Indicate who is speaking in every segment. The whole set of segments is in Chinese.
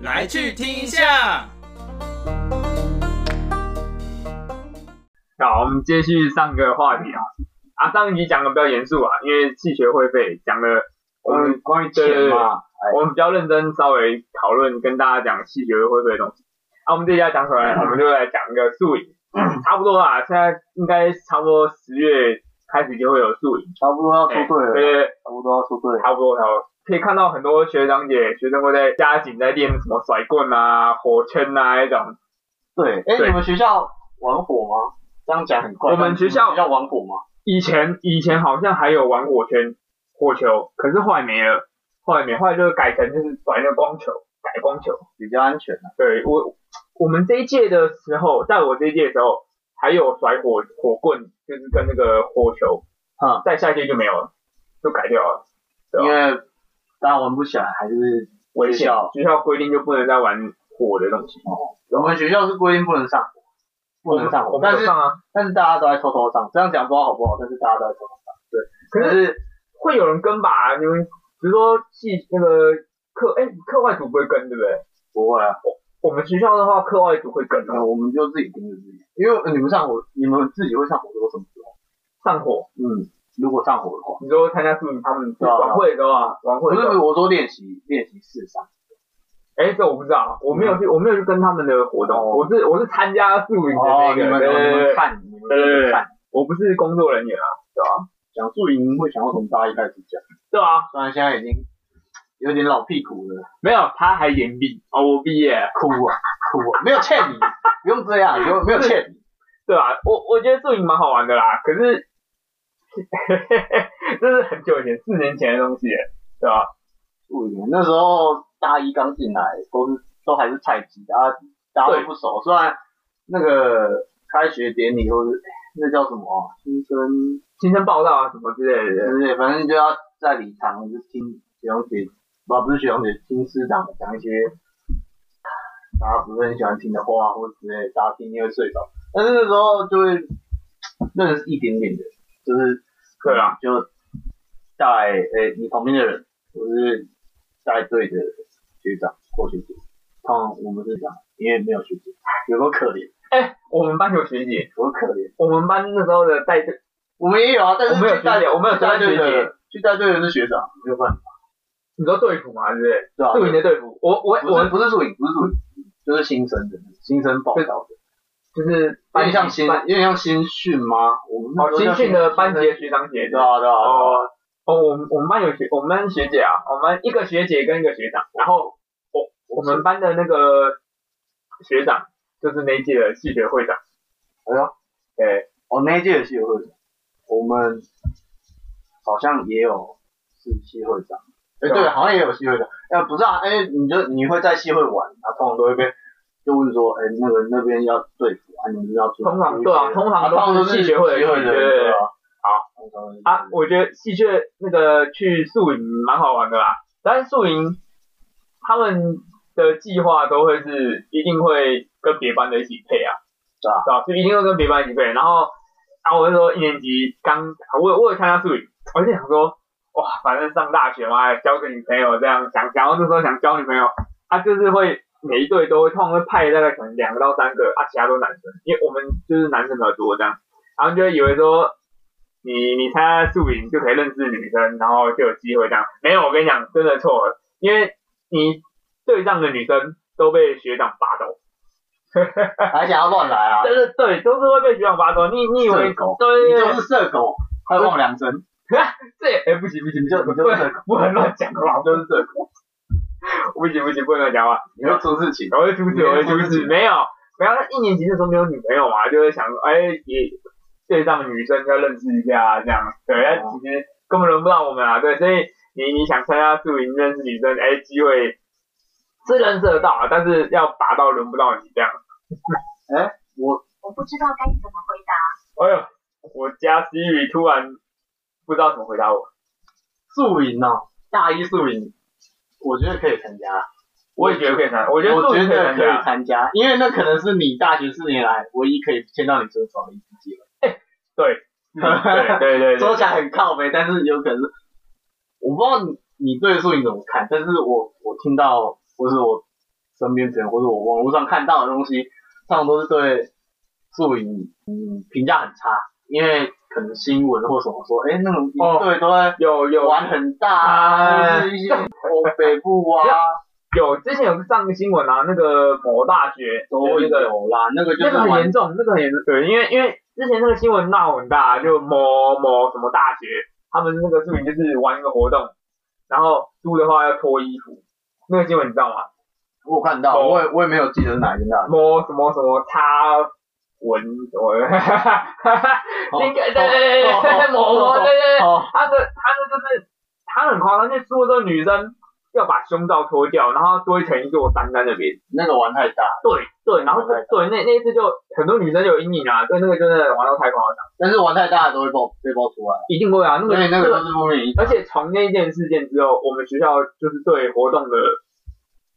Speaker 1: 来去听一下。
Speaker 2: 好，我们接续上个话题啊，啊，上一集讲的比较严肃啊，因为系学会费讲的，我
Speaker 3: 我
Speaker 2: 们
Speaker 3: 们关于
Speaker 2: 对
Speaker 3: 钱
Speaker 2: 对
Speaker 3: 嘛，哎
Speaker 2: 我们比较认真稍微讨论跟大家讲系学会费的东西。啊，我们这集要讲什
Speaker 3: 嗯
Speaker 2: 么呢？我们就来讲一个宿营，差不多啊，现在应该差不多十月开始就会有宿营，
Speaker 3: 差不多要出队
Speaker 2: 对
Speaker 3: 了，
Speaker 2: 对对
Speaker 3: 差不多要出队了。
Speaker 2: 差不多，差不多。可以看到很多学长姐、学生会在加紧在练什么甩棍啊、火圈啊那种。
Speaker 3: 对，哎，
Speaker 2: 对
Speaker 3: 你们学校玩火吗？这样讲很快。
Speaker 2: 我们学校
Speaker 3: 你学校玩火吗？
Speaker 2: 以前以前好像还有玩火圈、火球，可是后来没了，后来没，后来就改成就是甩那个光球，改光球。
Speaker 3: 比较安全啊。
Speaker 2: 对我我们这一届的时候，在我这一届的时候，还有甩火火棍，就是跟那个火球，
Speaker 3: 嗯，
Speaker 2: 在下一届就没有了，就改掉了。对啊
Speaker 3: 因为大家玩不起来，还是
Speaker 2: 危
Speaker 3: 学
Speaker 2: 险
Speaker 3: 校，。
Speaker 2: 学校规定就不能再玩火的东西。
Speaker 3: 我们学校是规定不能上火，不能上
Speaker 2: 我
Speaker 3: 火，
Speaker 2: 们
Speaker 3: 但
Speaker 2: 有
Speaker 3: 是
Speaker 2: 上啊，
Speaker 3: 但是大家都在偷偷上。这样讲不知道好不好，但是大家都在偷偷上。
Speaker 2: 可
Speaker 3: 可
Speaker 2: 是
Speaker 3: 是
Speaker 2: 会有人跟吧？你们比如说系那个课，哎、课外组不会跟对不对？
Speaker 3: 不会啊，
Speaker 2: 我们学校的话，课外组会跟
Speaker 3: 呃
Speaker 2: 哦。
Speaker 3: 我们就自己盯着自己，因为你们上火，你们自己会上火都什么时候？
Speaker 2: 上火，
Speaker 3: 嗯，如果上火的话，
Speaker 2: 你说参加宿营他们
Speaker 3: 对啊
Speaker 2: 晚会的话，晚
Speaker 3: 不
Speaker 2: 会
Speaker 3: 是
Speaker 2: 的
Speaker 3: 不是，
Speaker 2: 话，
Speaker 3: 我说练习练习试上。
Speaker 2: 哎、这我不知道，我没有去，我没有去跟他们的活动，
Speaker 3: 嗯哦
Speaker 2: 我是我是参加宿营的
Speaker 3: 哦
Speaker 2: 那，
Speaker 3: 你
Speaker 2: 个，
Speaker 3: 们
Speaker 2: 对
Speaker 3: 你
Speaker 2: 对
Speaker 3: 们
Speaker 2: 对，
Speaker 3: 看，你
Speaker 2: 对对对
Speaker 3: 们看，
Speaker 2: 我不是工作人员啊，对吧、啊？
Speaker 3: 讲宿营会想要从大一开始讲，
Speaker 2: 对啊，
Speaker 3: 虽然现在已经有点老屁股了，
Speaker 2: 没有，他还延毕哦，我毕业，
Speaker 3: 哭啊哭啊，没有欠你，不用这样，没有没有欠你，
Speaker 2: 对啊，我我觉得宿营蛮好玩的啦，可是， 这是很久以前，四年前的东西耶，对吧、
Speaker 3: 宿营那时候大一刚进来都是都还是菜鸡，大家大家
Speaker 2: 对
Speaker 3: 都不熟，虽然那个开学典礼或者那叫什么啊新生
Speaker 2: 新生报道啊什么之类的，
Speaker 3: 对，反正就要在礼堂就听学长姐，不不是学长姐，听师长讲一些大家不是很喜欢听的话或之类的，大家听就会睡着。但是那时候就会认识一点点的，就是
Speaker 2: 对啊，
Speaker 3: 就带诶、你旁边的人，或是带队的学长或学姐，通常我们是这样，因为没有学姐，有多可怜，
Speaker 2: 哎、我们班有学姐，
Speaker 3: 有多可怜。
Speaker 2: 我们班那时候的带队，
Speaker 3: 我们也有啊，但是
Speaker 2: 我们有
Speaker 3: 去带
Speaker 2: 学姐我们有
Speaker 3: 去带队
Speaker 2: 学姐
Speaker 3: 的，去带队的是学长，没有办法，
Speaker 2: 你说队服嘛，对不对？
Speaker 3: 对啊吧？
Speaker 2: 宿营的队服，我我
Speaker 3: 不
Speaker 2: 我
Speaker 3: 是不是录影，不是录影，就是新生的新生报道的，
Speaker 2: 就是
Speaker 3: 有
Speaker 2: 班
Speaker 3: 点像新，
Speaker 2: 班
Speaker 3: 有点像新训吗？我们那
Speaker 2: 哦
Speaker 3: 时候
Speaker 2: 新
Speaker 3: 叫
Speaker 2: 训的班级
Speaker 3: 新
Speaker 2: 的学长姐
Speaker 3: 生对啊对啊，对啊
Speaker 2: 哦哦，我们我们班有学，我们班学姐啊，我们班一个学姐跟一个学长，然后我我们班的那个学长就是那一届的系学会长，
Speaker 3: 哎呦，
Speaker 2: 对，
Speaker 3: 哦那一届的系会长，我们好像也有是系会长，哎
Speaker 2: 对啊
Speaker 3: 对，好像也有系会长，哎不是啊，哎你就你会在系会玩，然后通常都会被。就问说，哎、那个那边要对付啊，你们要做
Speaker 2: 通常对啊通常都是
Speaker 3: 都
Speaker 2: 系学会的
Speaker 3: 系会的
Speaker 2: 对
Speaker 3: 人，
Speaker 2: 对对
Speaker 3: 对啊，
Speaker 2: 好
Speaker 3: 通常都是系会的人，
Speaker 2: 啊，我觉得戏剧那个去宿营蛮好玩的啦。但是宿营他们的计划都会是一定会跟别班的一起配啊，
Speaker 3: 对啊
Speaker 2: 对吧？就一定会跟别班一起配。然后啊，我那时候一年级刚，我有我有参加宿营，我就想说，哇，反正上大学嘛，交个女朋友这样，想想要那时候想交女朋友，啊，就是会每一队都会通常会派大概可能两个到三个，啊，其他都男生，因为我们就是男生比较多这样，然后就会以为说你你参加宿营就可以认识女生，然后就有机会这样。没有，我跟你讲，真的错了，因为你对上的女生都被学长拔走，
Speaker 3: 还想要乱来啊，
Speaker 2: 真的对，都是会被学长拔走。你你以为
Speaker 3: 社狗
Speaker 2: 对对
Speaker 3: 你就
Speaker 2: 对，
Speaker 3: 是社狗，还有忘良针，
Speaker 2: 这也哎不行不行，
Speaker 3: 你就你就
Speaker 2: 不
Speaker 3: 是社
Speaker 2: 能
Speaker 3: 狗，
Speaker 2: 不能乱讲话，
Speaker 3: 就是社狗，
Speaker 2: 不行不行，不能乱讲话。
Speaker 3: 你会出事情。
Speaker 2: 我会阻止，我会阻止，没有，没有。那一年级那时候没有女朋友嘛，就会想说，哎、也对上女生要认识一下啊，这样。对，但
Speaker 3: 哦
Speaker 2: 其实根本轮不到我们啊，对，所以你你想参加宿营认识女生，哎、机会是认识得到啊，但是要拔到轮不到你这样。
Speaker 3: 我
Speaker 4: 我不知道该怎么回答。
Speaker 2: 哎呦，我家 Siri 突然不知道怎么回答我，
Speaker 3: 宿营哦，大一宿营，我觉得可以参加。
Speaker 2: 我也觉得可以参，我
Speaker 3: 我
Speaker 2: 觉得宿
Speaker 3: 觉
Speaker 2: 营可以
Speaker 3: 得
Speaker 2: 参
Speaker 3: 可以
Speaker 2: 加。
Speaker 3: 参加，因为那可能是你大学四年来唯一可以牵到女生手的一次机会。
Speaker 2: 对，对
Speaker 3: 嗯
Speaker 2: 对对对
Speaker 3: 说起来很靠背，但是有可能是，我不知道你你对宿营怎么看，但是我我听到或是我身边朋友或者我网络上看到的东西，通常都是对摄影嗯评价很差，因为可能新闻或什么说，哎、那种
Speaker 2: 哦
Speaker 3: 一对都在
Speaker 2: 有有
Speaker 3: 玩很大啊，
Speaker 2: 哎
Speaker 3: 或者是一些欧北部啊，
Speaker 2: 有，之前有上个新闻啊，那个某大学
Speaker 3: 都
Speaker 2: 那个
Speaker 3: 哦有啦，那个就
Speaker 2: 那
Speaker 3: 是
Speaker 2: 个很
Speaker 3: 玩
Speaker 2: 严重，那个很严重，对，因为因为之前那个新闻闹很大，就某某什么大学，他们那个视频就是玩一个活动，然后输的话要脱衣服，那个新闻你知道吗？
Speaker 3: 我有看到，
Speaker 2: 哦
Speaker 3: 我也我也没有记得是哪一间大学。
Speaker 2: 某什么什么擦文什
Speaker 3: 哦
Speaker 2: 么的，应该对对对对对，某某对对对，
Speaker 3: 哦，
Speaker 2: 他的他的就是他很夸张，就输了之后女生要把胸罩脱掉，然后堆成一座山在那边。
Speaker 3: 那个玩太大，
Speaker 2: 对对，然后
Speaker 3: 对
Speaker 2: 对那那一次就很多女生就有阴影啊，对那个真的玩到太夸张，
Speaker 3: 但是玩太大的都会爆被爆出来，
Speaker 2: 一定会啊，那
Speaker 3: 所
Speaker 2: 个
Speaker 3: 以那个
Speaker 2: 这
Speaker 3: 就是负面影响。
Speaker 2: 而且从那件事件之后，我们学校就是对活动的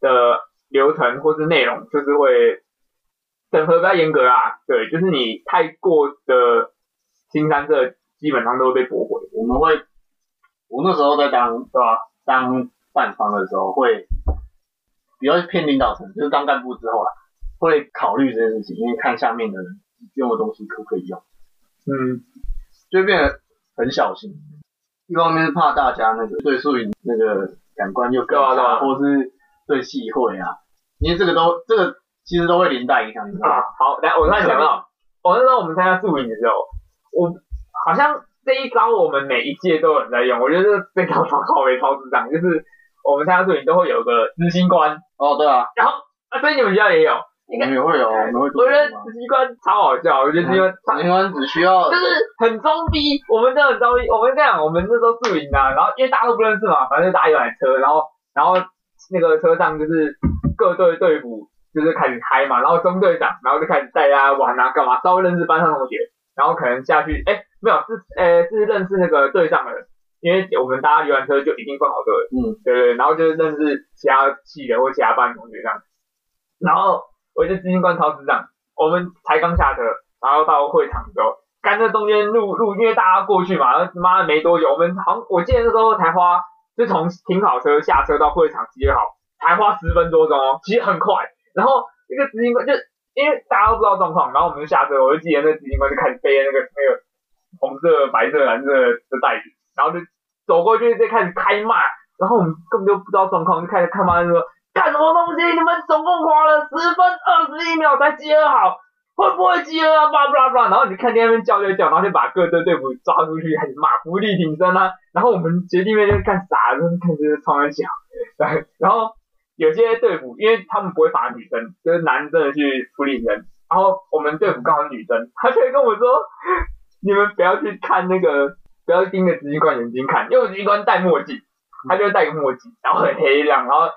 Speaker 2: 的流程或是内容，就是会审核比较严格啊。对，就是你太过的新三色，基本上都会被驳回，
Speaker 3: 我们会，我那时候在当
Speaker 2: 对吧？
Speaker 3: 当办方的时候会比较偏领导层，就是当干部之后啦，会考虑这件事情，因为看下面的人用的东西可不可以用，
Speaker 2: 嗯，
Speaker 3: 就会变得很小心。一方面是怕大家那个对素影那个感官又更
Speaker 2: 对啊对
Speaker 3: 差，
Speaker 2: 啊
Speaker 3: 或是对细会啊，因为这个都这个其实都会连带影响你知道吗
Speaker 2: 啊，好，来，我突然想到，我、哦那时候我们参加宿营的时候，我好像这一招我们每一届都有人在用，我觉得这招超靠为超智障，就是我们参加宿营都会有个执行官
Speaker 3: 哦，对啊，
Speaker 2: 啊，所以你们学校也有，
Speaker 3: 我们也会有，我们会做
Speaker 2: 我觉得
Speaker 3: 这个吗
Speaker 2: 执行官超好笑，我觉得执行官超。
Speaker 3: 警官只需要
Speaker 2: 就是很装逼，我们真的很装逼。我们这样，我们那时候宿营啊，然后因为大家都不认识嘛，反正就搭一台车，然后然后那个车上就是各队队伍就是开始嗨嘛，然后中队长然后就开始带大家玩啊干嘛，稍微认识班上同学，然后可能下去哎、没有是呃是认识那个队上的人，因为我们搭游览车就已经分好队了，
Speaker 3: 嗯，
Speaker 2: 对对，然后就是认识其他系的或其他班同学这样，然后我就资金观超智障，我们才刚下车，然后到会场之后。干这中间路路，因为大家过去嘛，然后妈的没多久，我们好像我记得那时候才花，就从停好车下车到会场集结好，才花十分多钟哦，其实很快。然后那个执行官就因为大家都不知道状况，然后我们就下车，我就记得那执行官就开始背那个那个红色、白色、蓝色的袋子，然后就走过去就开始开骂，然后我们根本就不知道状况，就开始看骂就说干什么东西？你们总共花了十分二十一秒才集合好，会不会集合啊？叭叭叭，然后你看见那边叫叫叫，然后就把各队队伍抓出去，开始骂福利挺身啊。然后我们学弟妹就干傻了，就是看这个超人小，然后然后有些队伍，因为他们不会罚女生，就是男生的去福利挺身，然后我们队伍刚好是女生，他就会跟我说，你们不要去看那个，不要盯着执行官眼睛看，因为执行官戴墨镜，他就会戴个墨镜，然后很黑这样，然后。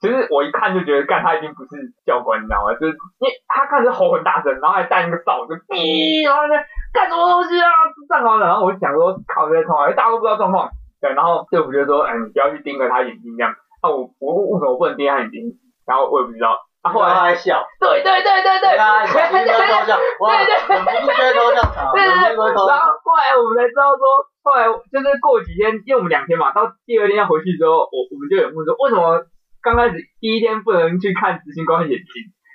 Speaker 2: 其实我一看就觉得，干他已经不是教官，你知道吗？就是因为他看着吼很大声，然后还带那个哨子，哔，然后在干什么东西啊，站好了。然后我就想说，靠，这些状况，大家都不知道状况。对，然后队伍就说，哎，你不要去盯着他眼睛这样。那、我我我为什么不能盯着他眼睛？然后我也不知道。然后后
Speaker 3: 他
Speaker 2: 来，
Speaker 3: 还笑，
Speaker 2: 对对对对对，
Speaker 3: 他还笑，
Speaker 2: 对
Speaker 3: 应该偷笑，哇，
Speaker 2: 对对
Speaker 3: 忍不住就会偷笑场，
Speaker 2: 对
Speaker 3: 忍
Speaker 2: 对
Speaker 3: 不住就会偷
Speaker 2: 然
Speaker 3: 笑。
Speaker 2: 后后来我们才知道说，后来就是过几天，因为我们两天嘛，到第二天要回去之后，我我们就有问说，为什么刚开始第一天不能去看执行官的眼睛？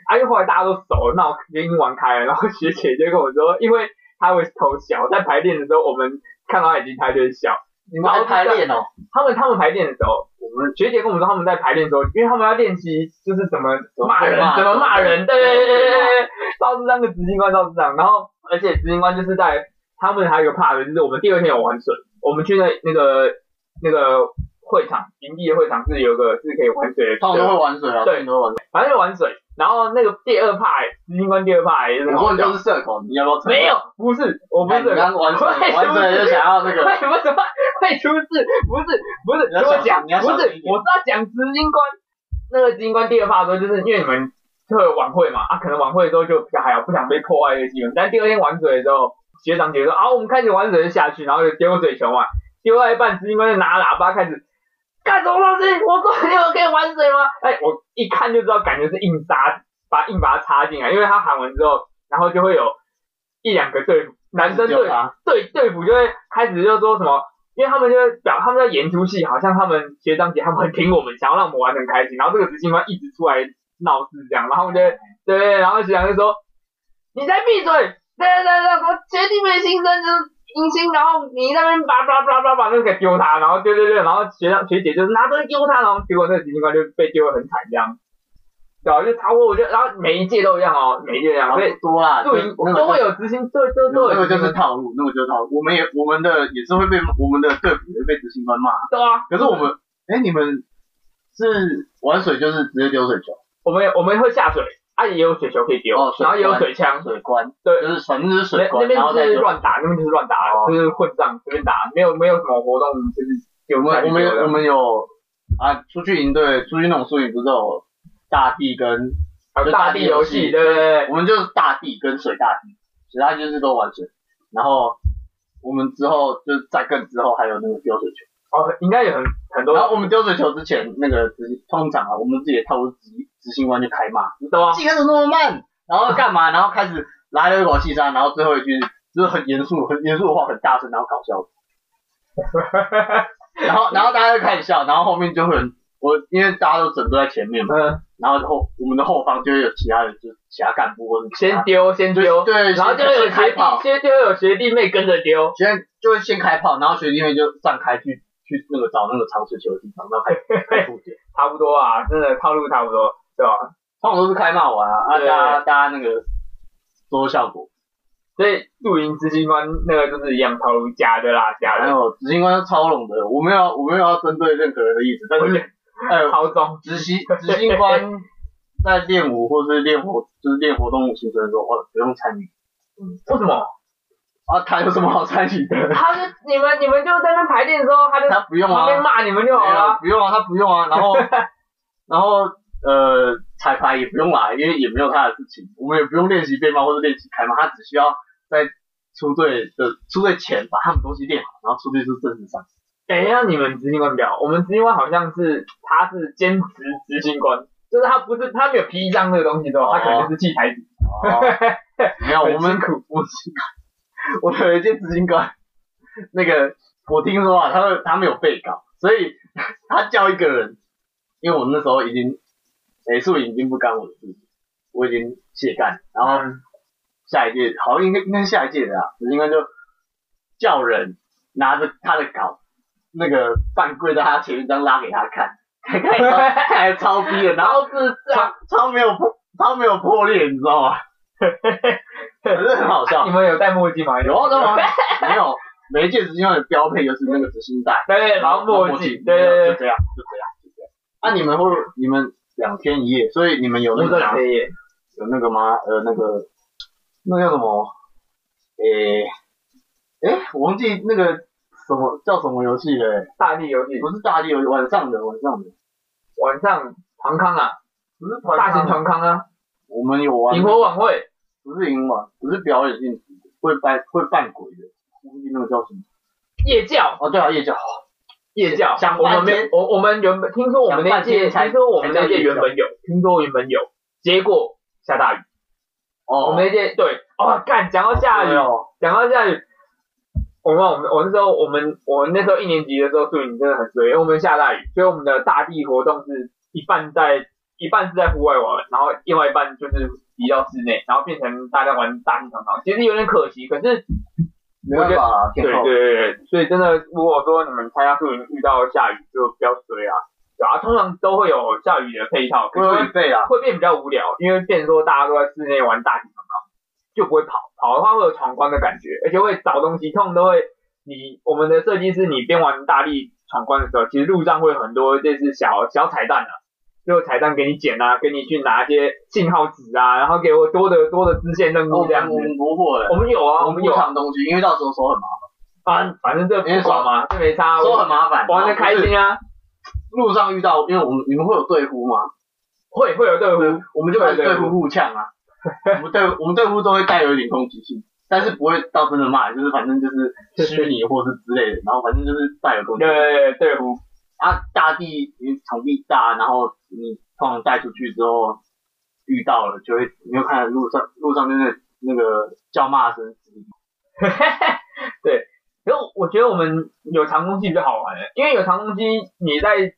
Speaker 2: 啊，因为后来大家都熟了，那我原因玩开了，然后学姐就跟我说，因为她会偷笑，在排练的时候，我们看到她眼睛，她就会笑。
Speaker 3: 你们还排练哦？
Speaker 2: 他们他们排练的时候，
Speaker 3: 我们
Speaker 2: 学姐跟我们说他们在排练的时候，因为他们要练习就是怎么骂人
Speaker 3: 怎么骂，
Speaker 2: 怎么骂人，对对对对
Speaker 3: 对
Speaker 2: 对，赵志章跟执行官赵志章，然后而且执行官就是在他们还有个怕的，就是我们第二天有玩水，我们去那那个那个会场营地的会场是有个是可以玩水的，
Speaker 3: 他们都会玩水啊，
Speaker 2: 对
Speaker 3: 他们都会玩水。
Speaker 2: 反正就玩水，然后那个第二派执行官第二派也是很
Speaker 3: 我
Speaker 2: 好
Speaker 3: 问
Speaker 2: 笑
Speaker 3: 就是社恐，你要不要承认？
Speaker 2: 没有，不是，我不
Speaker 3: 啊哎，
Speaker 2: 是
Speaker 3: 你刚刚玩水，
Speaker 2: 我也是
Speaker 3: 玩水就想 要那
Speaker 2: 为
Speaker 3: 个，
Speaker 2: 什么会出事？不是不是，
Speaker 3: 你要
Speaker 2: 跟我
Speaker 3: 小
Speaker 2: 讲，
Speaker 3: 你要
Speaker 2: 不
Speaker 3: 小
Speaker 2: 是
Speaker 3: 心一，点
Speaker 2: 我是要讲执行官。那个执行官第二趴的时候，就是因为你们就有晚会嘛，啊，可能晚会的时候就比较还好，不想被破坏这个气氛。但第二天玩水的时候，学长姐说啊，我们开始玩水就下去，然后就丢水球嘛，丢到一半，执行官就拿喇叭开始。干什么东西？我说你们可以玩水吗？哎，我一看就知道，感觉是硬扎，把硬把它插进来，因为他喊完之后，然后就会有一两个队伍，男生
Speaker 3: 就
Speaker 2: 队
Speaker 3: 他
Speaker 2: 对队伍就会开始就说什么，因为他们就会表他们在演出戏，好像他们学长姐他们很挺我们，想要让我们玩得很开心。然后这个执行官一直出来闹事这样，然后我们就会对对，然后学长就说你在闭嘴，对对对对，我学弟妹新生就是迎新，然后你在那边叭叭叭叭叭，就给丢他，然后对对对，然后学长学姐就是拿东西丢他，然后结果那个执行官就被丢得很惨这样，对啊，就超过我就然后每一届都一样哦，每一届都一样，所以
Speaker 3: 不多啦，
Speaker 2: 露营都会有执行，对对
Speaker 3: 那
Speaker 2: 对，
Speaker 3: 个就是套路，那个就是套路。我们也我们的也是会被我们的队服也会被执行官骂，
Speaker 2: 对啊，
Speaker 3: 可是我们哎、你们是玩水就是直接丢水球、
Speaker 2: 我们我们会下水，啊也有水球可以丢，
Speaker 3: 哦水
Speaker 2: 然后也有
Speaker 3: 罐
Speaker 2: 水枪，
Speaker 3: 水关，
Speaker 2: 对
Speaker 3: 就是反正就是
Speaker 2: 那
Speaker 3: 水
Speaker 2: 那
Speaker 3: 关，
Speaker 2: 边
Speaker 3: 然后再
Speaker 2: 就是
Speaker 3: 丢。
Speaker 2: 乱打，那边就是乱打，
Speaker 3: 哦
Speaker 2: 就是混账随便打，没有没有什么活动就是
Speaker 3: 我
Speaker 2: 有
Speaker 3: 们我们有我们有啊，出去营队，出去那种宿营不是有大地跟，
Speaker 2: 还有大地游戏，对对对，
Speaker 3: 我们就是大地跟水大地，其他就是都玩水。然后我们之后就是在更之后还有那个丢水球。
Speaker 2: 哦，应该有很很多，
Speaker 3: 然后我们丢水球之前，那个执行通常啊，我们自己的套路执执行官就开骂，
Speaker 2: 对啊，
Speaker 3: 气开始那么慢，然后干嘛？然后开始来了一口气山，然后最后一句就是很严肃、很严肃的话，很大声，然后搞 笑。然后，然后大家就开始笑，然后后面就会有人我因为大家都整都在前面嘛，
Speaker 2: 嗯，
Speaker 3: 然后后我们的后方就会有其他人，就是其他干部或者其他
Speaker 2: 先丢先丢，
Speaker 3: 对，
Speaker 2: 然后就会有学
Speaker 3: 先开
Speaker 2: 弟
Speaker 3: 炮，，
Speaker 2: 先丢有学弟妹跟着丢，
Speaker 3: 先就会先开炮，然后学弟妹就散开去去那个找那个长水球的地方，然后开开出去。
Speaker 2: 差不多啊，真的套路差不多，对吧？
Speaker 3: 通常都是开骂完啊，啊，大
Speaker 2: 对
Speaker 3: 家大家那个做效果，
Speaker 2: 所以露营执行官那个就是一样套路，假的啦，假
Speaker 3: 然
Speaker 2: 的，
Speaker 3: 后执行官是超拢的，我没有我没有要针对任何人的意思，但
Speaker 2: 我觉
Speaker 3: 是
Speaker 2: 得
Speaker 3: 哎，
Speaker 2: 超重，
Speaker 3: 执行执行官在练舞或是练活就是练活动舞新生的时候，哦，不用参与
Speaker 2: 为什么？
Speaker 3: 啊，他有什么好参与 的？
Speaker 2: 他就你们你们就在那排练的时候，他就
Speaker 3: 他不用
Speaker 2: 旁边
Speaker 3: 啊，
Speaker 2: 骂你们就好
Speaker 3: 没有
Speaker 2: 了，
Speaker 3: 不用啊，他不用啊，然 后然后呃彩排也不用来，因为也没有他的事情，我们也不用练习背包或者练习开嘛，他只需要在出队的出队前把他们东西练好，然后出队就正式上。
Speaker 2: 等一下，哎你们执行官表，我们执行官好像是他是兼职执行官，就是他不是他没有批章这个东西之后，他可能就是器材组。
Speaker 3: 哦，没有，我 们
Speaker 2: 很辛苦
Speaker 3: 我们 我们有一件执行官，那个我听说啊，他们他们有被告，所以他叫一个人，因为我那时候已经美术已经不干我的事情，我已经卸干，然后下一届好像应该应该是下一届的啊，执行官就叫人拿着他的稿，那个半跪在他前面这样拉给他看，看看看看 超逼的，然后。
Speaker 2: 后是这样，
Speaker 3: 超超没有破，超没有破裂，你知 道吗？可是很好笑
Speaker 2: 你。们有戴墨镜吗？
Speaker 3: 有啊，干嘛？没有，每一件执行官的标配就是那个执行带，
Speaker 2: 对，然后墨镜，对
Speaker 3: 没有
Speaker 2: 对
Speaker 3: 就这样，就这样，就这样。啊，你们会你们两天一夜，所以你们有
Speaker 2: 对，这
Speaker 3: 那个
Speaker 2: 两
Speaker 3: 吗
Speaker 2: 黑夜，
Speaker 3: 有那个吗？呃，那个那叫什么？诶、诶、我忘记那个什么叫什么游戏了、欸，
Speaker 2: 大地游戏，
Speaker 3: 不是大地游戏，晚上的晚上的，
Speaker 2: 晚上团康啊，
Speaker 3: 不是
Speaker 2: 大型团康啊，
Speaker 3: 我们有玩
Speaker 2: 萤火晚会，
Speaker 3: 不是银嘛，不是表演性质的，会扮会扮鬼的，忘记那个叫什么。
Speaker 2: 夜教，
Speaker 3: 哦，对啊，夜教。
Speaker 2: 夜教
Speaker 3: 想，
Speaker 2: 我们
Speaker 3: 半
Speaker 2: 没
Speaker 3: 天
Speaker 2: 有，我我们原本听说我们
Speaker 3: 想
Speaker 2: 那
Speaker 3: 半天
Speaker 2: 届，
Speaker 3: 才
Speaker 2: 听说我们那
Speaker 3: 才叫
Speaker 2: 届
Speaker 3: 夜
Speaker 2: 原
Speaker 3: 教
Speaker 2: 本有，听说原本有，结果下大雨，
Speaker 3: 哦，
Speaker 2: 我们那届对，哦，干，讲到下雨
Speaker 3: 对。哦。
Speaker 2: 讲到下雨，我们我们我那时候我们我那时候一年级的时候宿营真的很衰，因为我们下大雨，所以我们的大地活动是一半在一半是在户外玩，然后另外一半就是移到室内，然后变成大家玩大地长跑，其实有点可惜，可是
Speaker 3: 没办法啦，
Speaker 2: 对
Speaker 3: 天
Speaker 2: 对
Speaker 3: 后。
Speaker 2: 对对，所以真的如果说你们参加宿营遇到下雨就比较衰啊，对啊，通常都会有下雨的配套，可
Speaker 3: 会有
Speaker 2: 是
Speaker 3: 雨备啊，
Speaker 2: 会变比较无聊，因为变成说大家都在室内玩大体长跑，就不会跑。跑的话会有闯关的感觉，而且会找东西，通常都会你我们的设计师，你边玩大力闯关的时候，其实路上会有很多就是小小彩蛋啊，就有彩蛋给你捡啊，给你去拿一些信号纸啊，然后给我多的多的支线任
Speaker 3: 我
Speaker 2: 务这样
Speaker 3: 们
Speaker 2: 子
Speaker 3: 我。们不会，
Speaker 2: 我们有啊，我们有
Speaker 3: 不
Speaker 2: 啊，
Speaker 3: 藏东西，因为到时候手很麻哦
Speaker 2: 反反正这不爽嘛，这没差，
Speaker 3: 烦，手很
Speaker 2: 我
Speaker 3: 麻烦。
Speaker 2: 玩的开
Speaker 3: 然后就是
Speaker 2: 心啊，
Speaker 3: 路上遇到，因为我们你们会有队呼吗？
Speaker 2: 会会有队伍，
Speaker 3: 我们就跟
Speaker 2: 对
Speaker 3: 队
Speaker 2: 对
Speaker 3: 呼互呛啊。我们队我们队呼都会带有一点攻击性，但是不会到真的骂，就是反正就是虚拟或是之类的，然后反正就是带有攻击
Speaker 2: 对
Speaker 3: 性。
Speaker 2: 对对队伍，
Speaker 3: 啊，大地你场地大，然后你通常带出去之后遇到了，就会你就看路上路上就是那个叫骂声，
Speaker 2: 可是我觉得我们有长东西比较好玩的，因为有长东西你在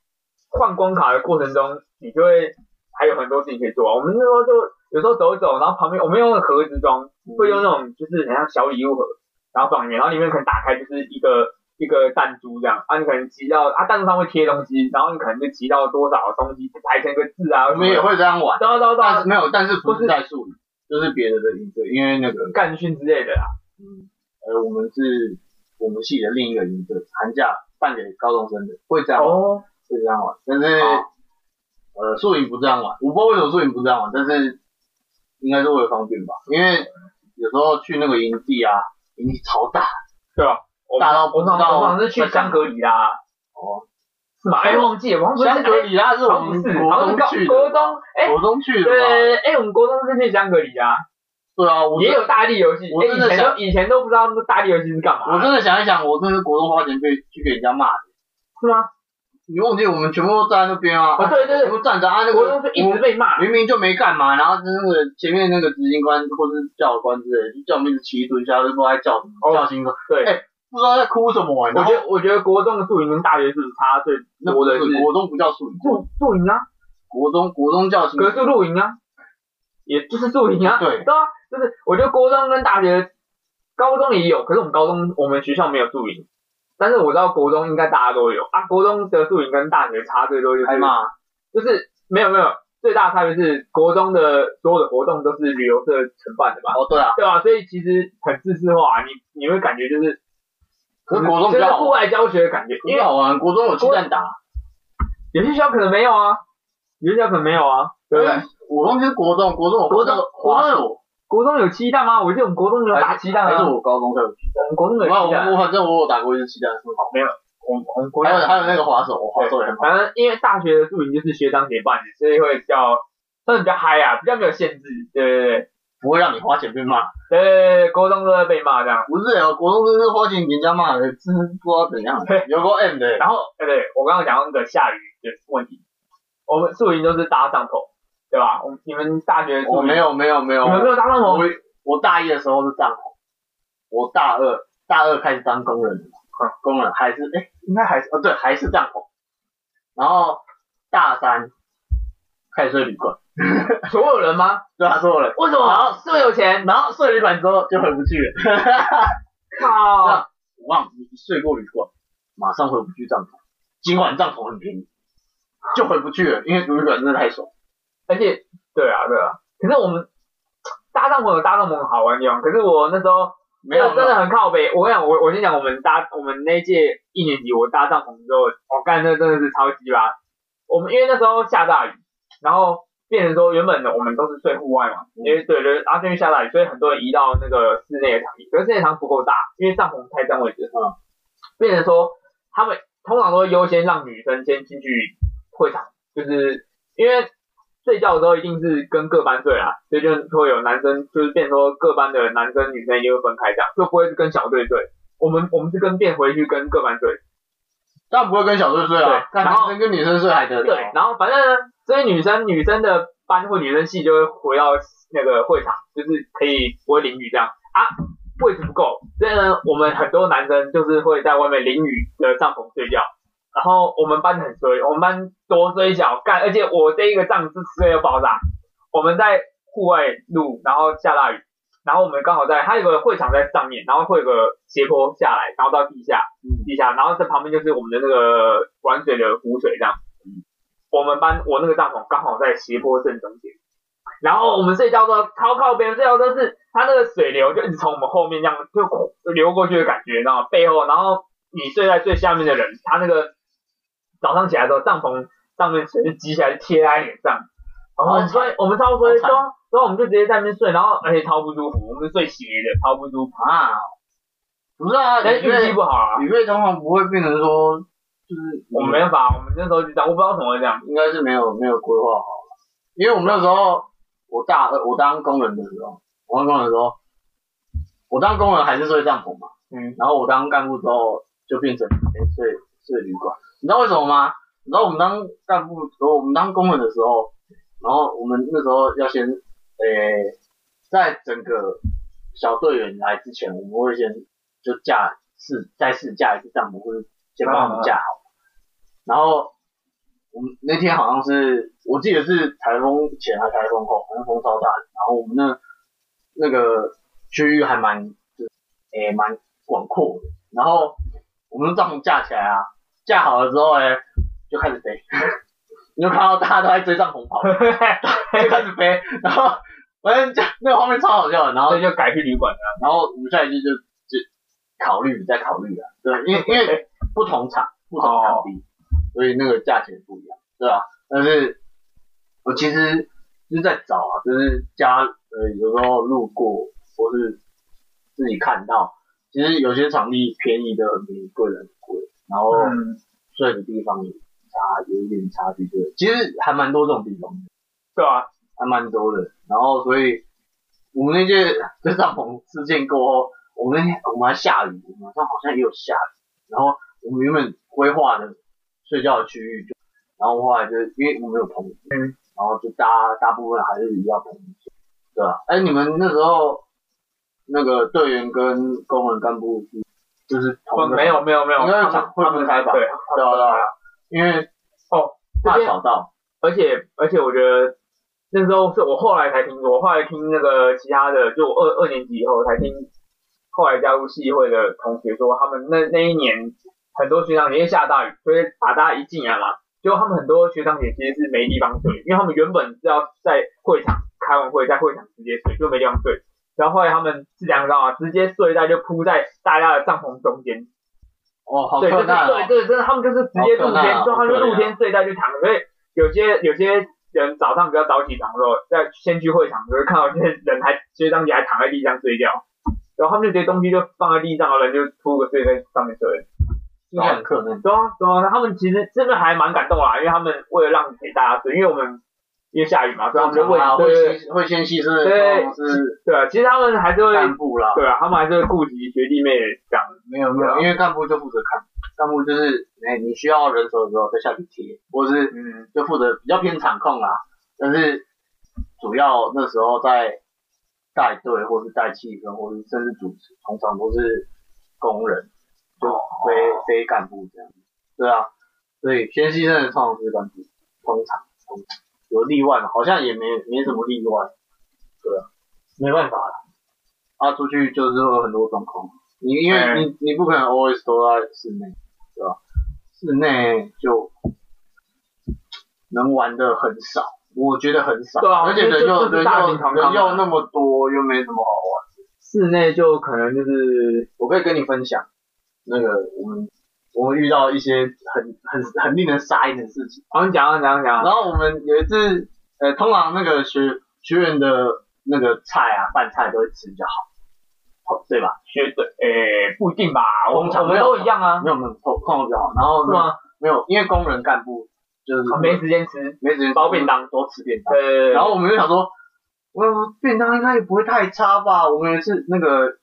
Speaker 2: 换关卡的过程中，你就会还有很多事情可以做啊。我们那时候就有时候走一走，然后旁边我们用盒子装，会用那种就是很像小礼物盒，然后放里面，然后里面可能打开就是一个一个弹珠这样，啊，你可能集到啊弹珠上会贴东西，然后你可能就集到多少东西排成一个字啊，
Speaker 3: 我们也会这样玩，
Speaker 2: 对啊，对啊对
Speaker 3: 但
Speaker 2: 啊
Speaker 3: 是没有，但是
Speaker 2: 不
Speaker 3: 不
Speaker 2: 是
Speaker 3: 是在树里，就是别的的营队，因为那个
Speaker 2: 干训之类的啊啦。
Speaker 3: 嗯，呃，我们是我们系的另一个营队，寒假办给高中生的，会这样玩，
Speaker 2: 哦，
Speaker 3: 会这样玩，但是
Speaker 2: 哦
Speaker 3: 呃，宿营不这样玩，我不知道为什么宿营不这样玩，但是应该是为了方便吧，因为有时候去那个营地啊，营地超大
Speaker 2: 对啊，我们
Speaker 3: 大到不
Speaker 2: 我
Speaker 3: 知
Speaker 2: 们
Speaker 3: 道
Speaker 2: 我们好像是去香格里拉，啊
Speaker 3: 哦，
Speaker 2: 是吗？哎，忘记了，我们
Speaker 3: 香格里拉是我
Speaker 2: 好像不
Speaker 3: 们
Speaker 2: 是，
Speaker 3: 国
Speaker 2: 好像
Speaker 3: 中去
Speaker 2: 是高国
Speaker 3: 的，
Speaker 2: 中，哎，
Speaker 3: 国中
Speaker 2: 对
Speaker 3: 去的
Speaker 2: 对
Speaker 3: 吧？
Speaker 2: 对，哎，我们国中是去香格里拉。
Speaker 3: 对啊，我
Speaker 2: 也
Speaker 3: 真
Speaker 2: 有大地游戏，
Speaker 3: 我
Speaker 2: 哎
Speaker 3: 真的
Speaker 2: 以前都以前都不知道那大地游戏是干嘛的，
Speaker 3: 我真的想一想，我真的是国中花钱被去给人家骂的，
Speaker 2: 是吗？
Speaker 3: 你忘记我们全部都站在那边啊？
Speaker 2: 哦，对对
Speaker 3: 全
Speaker 2: 对，
Speaker 3: 部站着啊，那个
Speaker 2: 国中就一直被骂，
Speaker 3: 明明就没干嘛，然后那个前面那个执行官或是教官之类的，就叫我们一直骑蹲下，就不知道在叫什么，
Speaker 2: 哦
Speaker 3: 叫心说
Speaker 2: 对。
Speaker 3: 哎不知道在哭什么、
Speaker 2: 我
Speaker 3: 然
Speaker 2: 觉
Speaker 3: 后
Speaker 2: 得我觉得国中的宿营跟大学是差最
Speaker 3: 那
Speaker 2: 多
Speaker 3: 不
Speaker 2: 的
Speaker 3: 是
Speaker 2: 是
Speaker 3: 国中不叫宿营，
Speaker 2: 宿宿营啊，
Speaker 3: 国中国中叫什么
Speaker 2: 格？是露营啊，也就是宿营啊，
Speaker 3: 对
Speaker 2: 对啊，就是我觉得国中跟大学、高中也有，可是我们高中我们学校没有宿营，但是我知道国中应该大家都有啊，国中的宿营跟大学差最多就是
Speaker 3: 开骂
Speaker 2: 就是没有没有最大的差别是国中的所有的活动都是旅游社承办的吧。
Speaker 3: 哦，对啊，
Speaker 2: 对吧、所以其实很自私化，你你会感觉就是，
Speaker 3: 可是国中比
Speaker 2: 就
Speaker 3: 较
Speaker 2: 是
Speaker 3: 好
Speaker 2: 户
Speaker 3: 玩，
Speaker 2: 外教学的感觉，
Speaker 3: 比
Speaker 2: 因为
Speaker 3: 较好玩，国中有鸡蛋打，
Speaker 2: 有些学校可能没有啊，有些学校可能没有啊，对不对？
Speaker 3: 我忘记是国中，国中我
Speaker 2: 国中
Speaker 3: 国中有
Speaker 2: 国中有鸡蛋吗？我记得我们国中有打鸡蛋
Speaker 3: 还是
Speaker 2: 啊，
Speaker 3: 我高中才有鸡
Speaker 2: 我们国中有
Speaker 3: 蛋，我
Speaker 2: 鸡蛋
Speaker 3: 我
Speaker 2: 啊，
Speaker 3: 反正我有打过一次鸡蛋，很好。
Speaker 2: 我们我们国
Speaker 3: 还
Speaker 2: 中
Speaker 3: 有还有那个滑手，我滑手也很好。
Speaker 2: 反正因为大学的宿营就是学长姐办的，所以会比较算是比较嗨啊，比较没有限制，对对对
Speaker 3: 不会让你花钱被骂。
Speaker 2: 对对对，国中都在被骂这样。
Speaker 3: 不是啊，国中真是花钱给人家骂的，真是不知道怎样
Speaker 2: 嘿。
Speaker 3: 有过 M 的，欸
Speaker 2: 然后对对，我刚刚讲到那个下雨的问题，我们宿营都是搭帐篷，对吧？我们你们大学宿营
Speaker 3: 我没有没有没有
Speaker 2: 你，们没有搭帐
Speaker 3: 我
Speaker 2: 篷？
Speaker 3: 我大一的时候是帐篷，我大二大二开始当工人了嘛，工人还是哎、应该还是哦对还是帐篷，然后大三开始睡旅馆，
Speaker 2: 所有人吗？啊
Speaker 3: 对他说了，
Speaker 2: 为什么？
Speaker 3: 然后
Speaker 2: 是不是有钱？
Speaker 3: 然后睡旅馆之后就回不去了，
Speaker 2: 靠！
Speaker 3: 我忘了你睡过旅馆，马上回不去帐篷，尽管帐篷很便宜，就回不去了，因为旅馆真的太爽。
Speaker 2: 而且，对啊，对啊。可是我们搭帐篷有搭帐篷好玩的地方，可是我那时候
Speaker 3: 没有
Speaker 2: 真的很靠北。我跟你讲，我我先讲我们搭我们那一届一年级，我搭帐篷之后，我、干那真的是超级吧。我们因为那时候下大雨，然后变成说原本的我们都是睡户外嘛，
Speaker 3: 嗯
Speaker 2: 因为对对，然后因为下大雨，所以很多人移到那个室内的场地，可是室内场不够大，因为帐篷太占位置，
Speaker 3: 嗯，
Speaker 2: 变成说他们通常都会优先让女生先进去会场，就是因为睡觉的时候一定是跟各班睡啦，所以就是会有男生，就是变成说各班的男生女生一定会分开这样，就不会是跟小队睡。我们我们是跟变回去跟各班睡，
Speaker 3: 当然不会跟小队睡啊
Speaker 2: 对，
Speaker 3: 那
Speaker 2: 然
Speaker 3: 男
Speaker 2: 后
Speaker 3: 生跟女生睡还得了
Speaker 2: 对，？然后反正呢，这些女生女生的班或女生系就会回到那个会场，就是可以不会淋雨这样啊，位置不够，所以呢，我们很多男生就是会在外面淋雨的帐篷睡觉。然后我们班很衰，我们班多衰小干，而且我这一个帐是衰到爆炸。我们在户外录，然后下大雨，然后我们刚好在它有个会场在上面，然后会有个斜坡下来，然后到地下，
Speaker 3: 嗯
Speaker 2: 地下，然后这旁边就是我们的那个玩水的湖水这样。我们班我那个帐篷刚好在斜坡正中间，然后我们睡觉的时候超靠边，睡觉都是它那个水流就一直从我们后面这样就流过去的感觉，你知道吗？背后，然后你睡在最下面的人，他那个早上起来的时候，帐篷上面水就挤起来贴在脸上，然后所以我们超衰，所以
Speaker 3: 好惨
Speaker 2: 所以我们就直接在那边睡，然后而且超不舒服，我们睡斜的超不舒服，
Speaker 3: 啊，不是啊，
Speaker 2: 但
Speaker 3: 你
Speaker 2: 是运
Speaker 3: 睡
Speaker 2: 气不好啊，
Speaker 3: 你睡通常不会变成说，就是
Speaker 2: 我们没办法，我们那时候就这样，我不知道为什么会这样，
Speaker 3: 应该是没有没有规划好了，因为我们那时候我大二我当工人的时候，我当工人的时候，我当工人还是睡帐篷嘛，
Speaker 2: 嗯，
Speaker 3: 然后我当干部之后就变成哎睡睡旅馆，你知道为什么吗？你知道我们当干部，呃我们当工人的时候，然后我们那时候要先，诶、在整个小队员来之前，我们会先就架试再试架一次帐篷，或者先帮他们架好，然后我们那天好像是我记得是台风前还是台风后，反正风超大的，然后我们那那个区域还蛮就是诶蛮广阔的，然后我们帐篷架起来啊，架好了之后呢，就开始飞， 你就看到大家都在追帐篷跑，就开始飞，然后反正就那个画面超好笑的，然后
Speaker 2: 所以就改去旅馆了。
Speaker 3: 然后我们下一季就就考虑再考虑啊，对，因为因为不同场不同场地，所以那个价钱不一样，对吧、但是我其实就是在找啊，就是家呃有时候路过或是自己看到，其实有些场地便宜的很便宜，贵的很贵，然后
Speaker 2: 嗯，
Speaker 3: 睡的地方也差有一点差距，对，其实还蛮多这种地方的。
Speaker 2: 对啊，
Speaker 3: 还蛮多的。然后所以我们那届在帐篷事件过后，我们那天我们还下雨，晚上好像也有下雨。然后我们原本规划的睡觉的区域就，然后后来就是因为我们有棚子，
Speaker 2: 嗯
Speaker 3: 然后就大大部分还是比较棚子睡，对吧、哎，你们那时候那个队员跟工人干部是就是
Speaker 2: 我
Speaker 3: 同
Speaker 2: 没有没有没有，
Speaker 3: 应该
Speaker 2: 他
Speaker 3: 是
Speaker 2: 们
Speaker 3: 会
Speaker 2: 他
Speaker 3: 分
Speaker 2: 们
Speaker 3: 开吧
Speaker 2: 对，
Speaker 3: 对啊对啊，因为
Speaker 2: 哦，这
Speaker 3: 怕
Speaker 2: 边
Speaker 3: 吵到，
Speaker 2: 而且而且我觉得那时候是我后来才听说，我后来听那个其他的，就我二二年级以后才听，后来加入系会的同学说，他们那那一年很多学长姐因为下大雨，所以把大家一进来嘛，结果他们很多学长姐其实是没地方睡，因为他们原本是要在会场开完会，在会场直接睡，就没地方睡。然后后来他们是两个啊，直接睡袋就铺在大家的帐篷中间，
Speaker 3: 哦，好
Speaker 2: 对，就
Speaker 3: 困
Speaker 2: 是
Speaker 3: 难哦
Speaker 2: 对，对，真的，他们就是直接露
Speaker 3: 好可怕
Speaker 2: 天，
Speaker 3: 哦
Speaker 2: 就他们就
Speaker 3: 好可
Speaker 2: 露
Speaker 3: 怕
Speaker 2: 天睡袋就躺着。所以有些有些人早上比较早起床的时候，在先去会场，就会看到有些人还学长姐还躺在地上睡觉，然后他们就直接东西就放在地上，然后人就铺个睡在上面睡。
Speaker 3: 都很困难。
Speaker 2: 对啊，对啊，他们其实真的还蛮感动啦，因为他们为了让给大家睡，因为我们因为下雨嘛，所以他们就为
Speaker 3: 啊
Speaker 2: 对
Speaker 3: 会
Speaker 2: 对
Speaker 3: 先会先牺牲的
Speaker 2: 对
Speaker 3: 通常是
Speaker 2: 对啊，其实他们还是会
Speaker 3: 干部啦，
Speaker 2: 对啊，啊他们还是会顾及学弟妹这样。
Speaker 3: 没有没有，因为干部就负责看，干部就是哎、你需要人手的时候再下去贴，或者是
Speaker 2: 嗯，
Speaker 3: 就负责比较偏场控啦，但是主要那时候在带队或是带气氛，或是甚至主持，通常都是工人，就非、非干部这样，对啊，所以先牺牲的通常是干部，通常通常有例外嘛，好像也没没什么例外，对啊，没办法啦。啊，出去就是会有很多状况。你因为
Speaker 2: 哎
Speaker 3: 你、你不可能 always 都在室内，对吧？室内就能玩的很少，我觉得很少，
Speaker 2: 对啊
Speaker 3: 而且人
Speaker 2: 就
Speaker 3: 又
Speaker 2: 就
Speaker 3: 人
Speaker 2: 是大平
Speaker 3: 又
Speaker 2: 常
Speaker 3: 人
Speaker 2: 嘛
Speaker 3: 又那么多，又没什么好玩。
Speaker 2: 室内就可能就是
Speaker 3: 我可以跟你分享，那个我们我们遇到一些很很很令人傻眼的事情。
Speaker 2: 好，你讲啊讲啊讲啊，
Speaker 3: 然后我们有一次，呃，通常那个学学员的那个菜啊，饭菜都会吃比较好，好对吧？
Speaker 2: 学的，诶、不一定吧，我
Speaker 3: 通
Speaker 2: 们
Speaker 3: 常
Speaker 2: 我们
Speaker 3: 没有
Speaker 2: 都一样啊，
Speaker 3: 没有没有控控的比较好。然后
Speaker 2: 是
Speaker 3: 呢？
Speaker 2: 吗？
Speaker 3: 没有，因为工人干部就是
Speaker 2: 啊没时间吃，
Speaker 3: 没时间
Speaker 2: 包便当
Speaker 3: 多吃便当。
Speaker 2: 呃，
Speaker 3: 然后我们就想说，我想说便当应该也不会太差吧？我们也是那个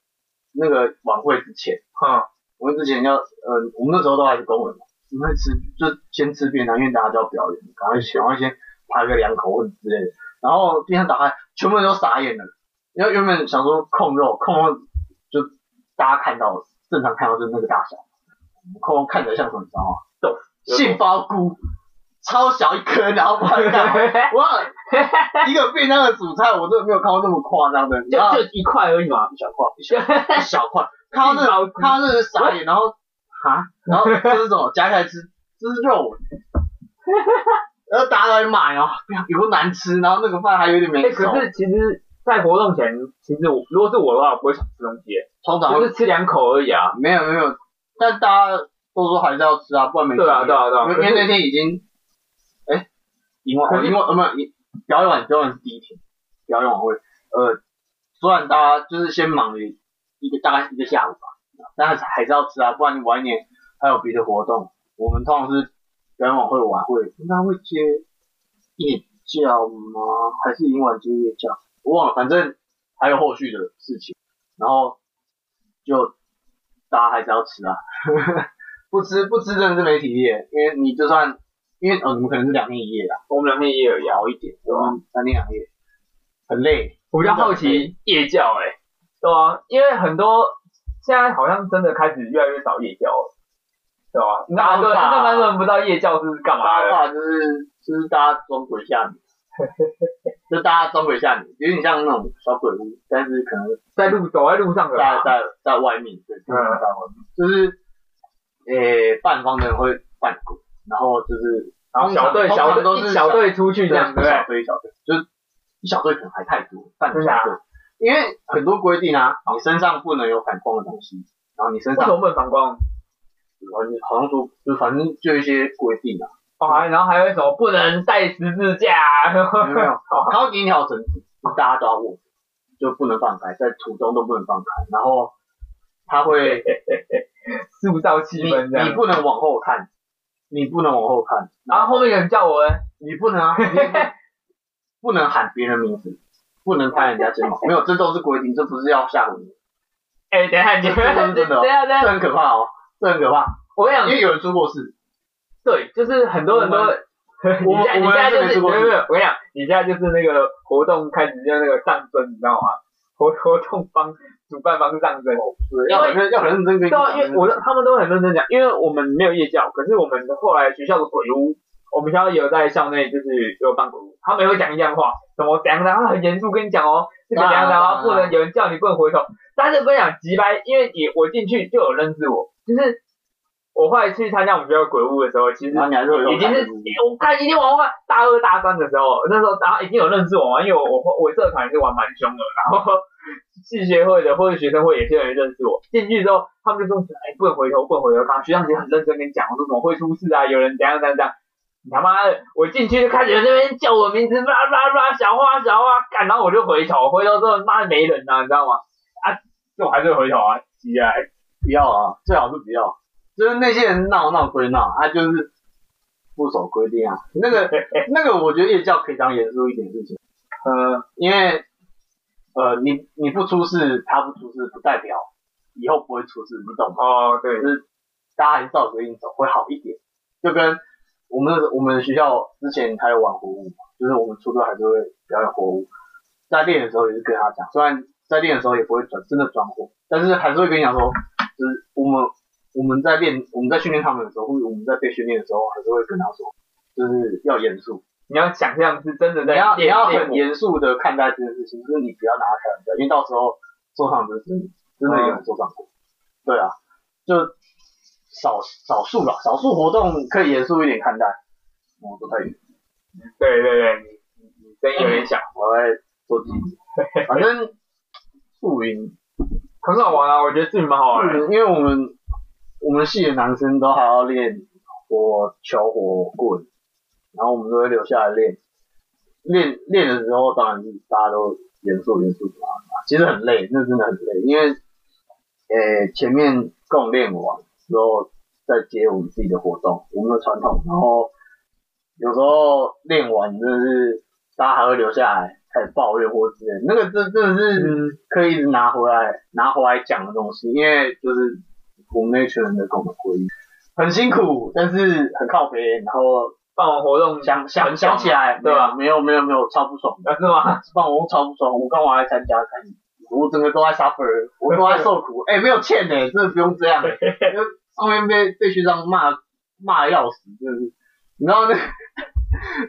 Speaker 3: 那个晚会之前，
Speaker 2: 嗯，
Speaker 3: 我们之前要呃，我们那时候都还是工人嘛，我们会吃就先吃便当，因为大家都要表演，赶快先赶快先拍个两口或者之类的。然后便当打开，全部人都傻眼了，因为原本想说控肉控肉就大家看到正常看到就是那个大小，我们控肉看起来像什么你知道吗？
Speaker 2: 豆腐
Speaker 3: 杏鲍菇，超小一颗，然后拍到。哇， 一个便当的主菜，我真的没有看过这么夸张的。
Speaker 2: 就
Speaker 3: 然后
Speaker 2: 就一块而已嘛，
Speaker 3: 一小块，一小块，一小块， 看到
Speaker 2: 杏
Speaker 3: 那
Speaker 2: 鲍
Speaker 3: 个
Speaker 2: 菇
Speaker 3: 看到那个傻眼，然后啊，然后这是什么？夹起来吃，这是 肉。然后大家都在骂，然后不要有多难吃，然后那个饭还有点
Speaker 2: 哎、
Speaker 3: 没熟
Speaker 2: 可，是其实，在活动前，其实我如果是我的话，我不会想吃东西，
Speaker 3: 通常
Speaker 2: 就
Speaker 3: 会
Speaker 2: 是吃两口而已啊，
Speaker 3: 没有没有，但大家都说还是要吃啊，不然没
Speaker 2: 对啊
Speaker 3: 营养
Speaker 2: 对啊对啊
Speaker 3: 因
Speaker 2: 可是
Speaker 3: 为因为那天已经，哎，因为
Speaker 2: 可是
Speaker 3: 因为呃没有因表演晚表演是第一天，表演晚会，呃，虽然大家就是先忙了一个大概一个下午吧，但是还是要吃啊，不然你晚一点还有别的活动，我们通常是表演晚会晚会应该会接夜教吗？还是迎晚接夜教？我忘了，反正还有后续的事情，然后就大家还是要吃啊， 不吃不吃真的是没体力，因为你就算因为哦你们可能是两天一夜啦，
Speaker 2: 我们两天也有
Speaker 3: 熬一点，我们三天两夜，很累，
Speaker 2: 我比较好奇夜教、哎，对啊，因为很多现在好像真的开始越来越少夜教了，
Speaker 3: 对吧？
Speaker 2: 那对，
Speaker 3: 搭法
Speaker 2: 那蛮多人不知道夜教是干嘛
Speaker 3: 搭
Speaker 2: 的。
Speaker 3: 法就是就是大家装鬼 吓你，就大家装鬼吓你，有点像那种小鬼屋，但是可能
Speaker 2: 在路走在路上的
Speaker 3: 在
Speaker 2: 吧，
Speaker 3: 在在外面，对，在外
Speaker 2: 嗯
Speaker 3: 面，就是诶，办方的人会扮鬼，然后就是
Speaker 2: 然后小队
Speaker 3: 通常
Speaker 2: 小
Speaker 3: 通常都
Speaker 2: 队
Speaker 3: 是
Speaker 2: 一小队出去
Speaker 3: 对
Speaker 2: 这样，对不对
Speaker 3: 小？队小队，就是一小队可能还太多，半个
Speaker 2: 真的
Speaker 3: 小
Speaker 2: 啊
Speaker 3: 队，因为很多规定啊，你身上不能有反光的东西，然后你身
Speaker 2: 为
Speaker 3: 上
Speaker 2: 什么不能反光？
Speaker 3: 好像说就反正就一些规定啊，
Speaker 2: 哦，还然后还有什么不能带十字架啊？
Speaker 3: 没有 没有，然后你一条绳子大家都要握，就不能放开，在途中都不能放开，然后他会。
Speaker 2: 塑造气
Speaker 3: 你
Speaker 2: 氛这
Speaker 3: 你
Speaker 2: 样。
Speaker 3: 不能往后看，你不能往后看，
Speaker 2: 然后后面有人叫我，哎
Speaker 3: 你不能啊，你不能喊别人名字，不能拍人家肩膀，没有，这都是规定，这不是要吓唬你，
Speaker 2: 哎，等一下，你们
Speaker 3: 真的真的
Speaker 2: 等一下等一
Speaker 3: 这
Speaker 2: 下，
Speaker 3: 很可怕哦，这很可怕，
Speaker 2: 我跟你
Speaker 3: 因
Speaker 2: 讲，
Speaker 3: 为有人出过事，
Speaker 2: 对，就是很多人都
Speaker 3: 我们，
Speaker 2: 你现在你
Speaker 3: 我们
Speaker 2: 现在就
Speaker 3: 还
Speaker 2: 是
Speaker 3: 没吃
Speaker 2: 没
Speaker 3: 过
Speaker 2: 有没有，我跟你讲，你现在就是那个活动开始就那个上升，你知道吗？活活动方主办方上升，
Speaker 3: 对要很认要很认真跟你
Speaker 2: 对啊，
Speaker 3: 讲，
Speaker 2: 因为我的他们都很认真讲，因为我们没有夜校，可是我们后来学校的鬼屋，我们学校有在校内就是有办鬼屋，他们也会讲一样话，什么怎样的，他很严肃跟你讲哦，这个怎样的，
Speaker 3: 啊
Speaker 2: 不能有人叫你不能回头。但是我跟你讲，吉白，因为你我进去就有认识我，就是我后来去参加我们学校的鬼屋的时候，其实
Speaker 3: 然后你还是有
Speaker 2: 已经是我看一定玩玩大二大三的时候，那时候然后已经有认识我嘛，因为我我我社团也是玩蛮凶的，然后系学会的或者学生会有些人认识我，进去之后他们就说，哎，不能回头，不能回头，刚刚学长姐很认真跟你讲，我说怎么会出事啊，有人怎样怎样怎样。你他妈的！我进去就开始在那边叫我名字，叭叭叭，小花小花，干，然后我就回头，回头之后妈的没人呐、你知道吗？啊，这我还是回头啊，急啊！
Speaker 3: 不要啊，最好是不要，就是那些人闹闹归闹，他就是不守规定啊，那个那个我觉得夜教可以当严肃一点事情。
Speaker 2: 呃，
Speaker 3: 因为呃，你你不出事，他不出事，不代表以后不会出事，你懂吗？
Speaker 2: 哦，对，
Speaker 3: 大家还是照规定走会好一点。就跟我们我们学校之前还有玩火舞嘛，就是我们初中还是会表演火舞，在练的时候也是跟他讲，虽然在练的时候也不会转真的转火，但是还是会跟你讲说，就是我们我们在练我们在训练他们的时候，或者我们在被训练的时候，还是会跟他说，就是要严肃。
Speaker 2: 你要想象是真的在
Speaker 3: 你要你
Speaker 2: 练
Speaker 3: 要
Speaker 2: 练
Speaker 3: 很
Speaker 2: 舞
Speaker 3: 严肃的看待这件事情，就是你不要拿它开玩笑，因为到时候受伤的是你，真的有人受伤过。对啊，就少少数吧，少数活动可以严肃一点看待。我不太远，
Speaker 2: 对对对，你你你声音有点小，
Speaker 3: 我会做自己。反正露营，
Speaker 2: 很好玩啊，我觉得自己蛮好玩
Speaker 3: 露
Speaker 2: 的。
Speaker 3: 嗯营，因为我们我们系的男生都还要练火球、火棍，然后我们都会留下来练。练练的时候，当然是大家都严肃严肃嘛，其实很累，那真的很累，因为，呃，前面共练完之后，再接我们自己的活动，我们的传统，然后有时候练完真的是大家还会留下来开始抱怨或之类的，那个真真的是可以一直拿回来拿回来讲的东西，因为就是我们那群人的共同回忆，很辛苦，但是很靠北，然后
Speaker 2: 办完活动
Speaker 3: 想想
Speaker 2: 很爽啊
Speaker 3: 想起来，
Speaker 2: 对吧？？
Speaker 3: 没有没有没有，超不爽的，
Speaker 2: 啊，是吗？
Speaker 3: 放我超不爽，我刚完还参加参与，我整个都在 suffer，我都在 受苦，哎、没有欠呢、真的不用这样、欸，后面被被学长骂骂得要死，真的是，你知道那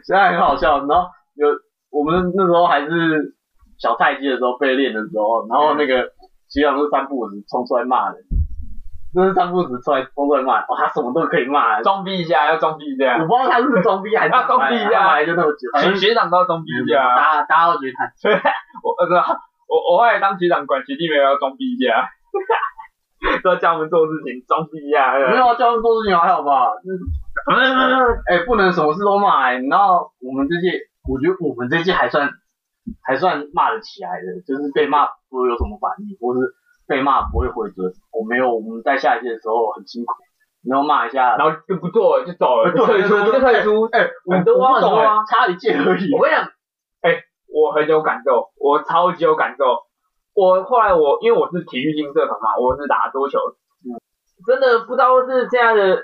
Speaker 3: 现在很好笑，然后有我们那时候还是小菜鸡的时候被练的时候，然后那个学长是三不五时冲出来骂人，就是三不五时出来冲出来骂人，哇，他什么都可以骂，
Speaker 2: 装逼一下，要装逼一下
Speaker 3: 我，不知道他是装逼还是
Speaker 2: 他装逼啊
Speaker 3: 他本来就那么久，
Speaker 2: 学学长都要装逼啊一下。
Speaker 3: 大家大家都觉得他
Speaker 2: 我呃，对啊 我我后来当学长，管学弟妹要装逼一下， 都要教我们做事情，装逼一下。 呃对
Speaker 3: 没
Speaker 2: 吧
Speaker 3: 有啊，教他们做事情还好 吧？就是哎、不能什么事都骂、哎，你知道我们这届，我觉得我们这届还算还算骂得起来的，就是被骂不会有什么反应，或是被骂不会回嘴。我没有，我们在下一届的时候很辛苦，然后骂一 下，
Speaker 2: 然后就不做了，就走了，就
Speaker 3: 对
Speaker 2: 退
Speaker 3: 对
Speaker 2: 出，
Speaker 3: 对
Speaker 2: 就退出。
Speaker 3: 哎、我
Speaker 2: 很多啊
Speaker 3: 我不懂
Speaker 2: 很多啊
Speaker 3: 哎差一届而已。
Speaker 2: 我跟你讲，哎、我很有感受，我超级有感受。我后来我因为我是体育竞社团嘛，我是打桌球，
Speaker 3: 嗯
Speaker 2: 真的不知道是现在的，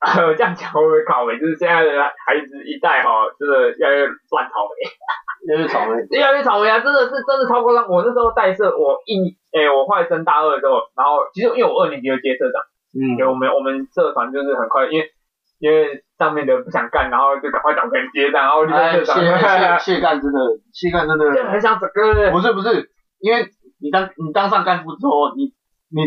Speaker 2: 呃，这样讲会不会靠北？就是现在的孩子一代哈，真的越来越乱草莓，
Speaker 3: 就是草莓，
Speaker 2: 越来越草莓啊！真的是真的超夸张。我那时候带社，我一哎、我后来升大二之后，然后其实因为我二年级就接社长，
Speaker 3: 嗯
Speaker 2: 因为我们我们社团就是很快，因为因为上面的不想干，然后就赶快找个人接单，然后就在
Speaker 3: 哎，
Speaker 2: 社
Speaker 3: 谢
Speaker 2: 团，
Speaker 3: 谢 谢干真的，谢干真的
Speaker 2: 就很想整个
Speaker 3: 不是不是，因为你当你当上干部之后，你你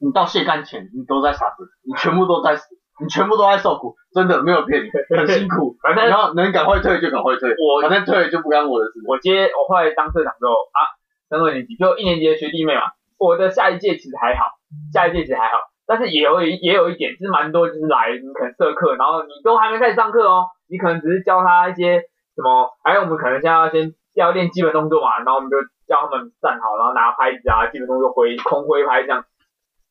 Speaker 3: 你到卸干前，你都在傻子，你全部都在，你全部都在受苦，真的没有骗 你，很辛苦。
Speaker 2: 反正
Speaker 3: 然后能赶快退就赶快退，
Speaker 2: 我
Speaker 3: 反正退了就不干我的事。
Speaker 2: 我接我后来当社长之后啊，升二年级就一年级的学弟妹嘛，我的下一届其实还好，下一届其实还好，但是也有一也有一点是蛮多，就是来你可能社课，然后你都还没开始上课哦，你可能只是教他一些什么，还有我们可能现在要先要练基本动作嘛，然后我们就教他们站好，然后拿拍子啊，基本动作挥空挥拍这样。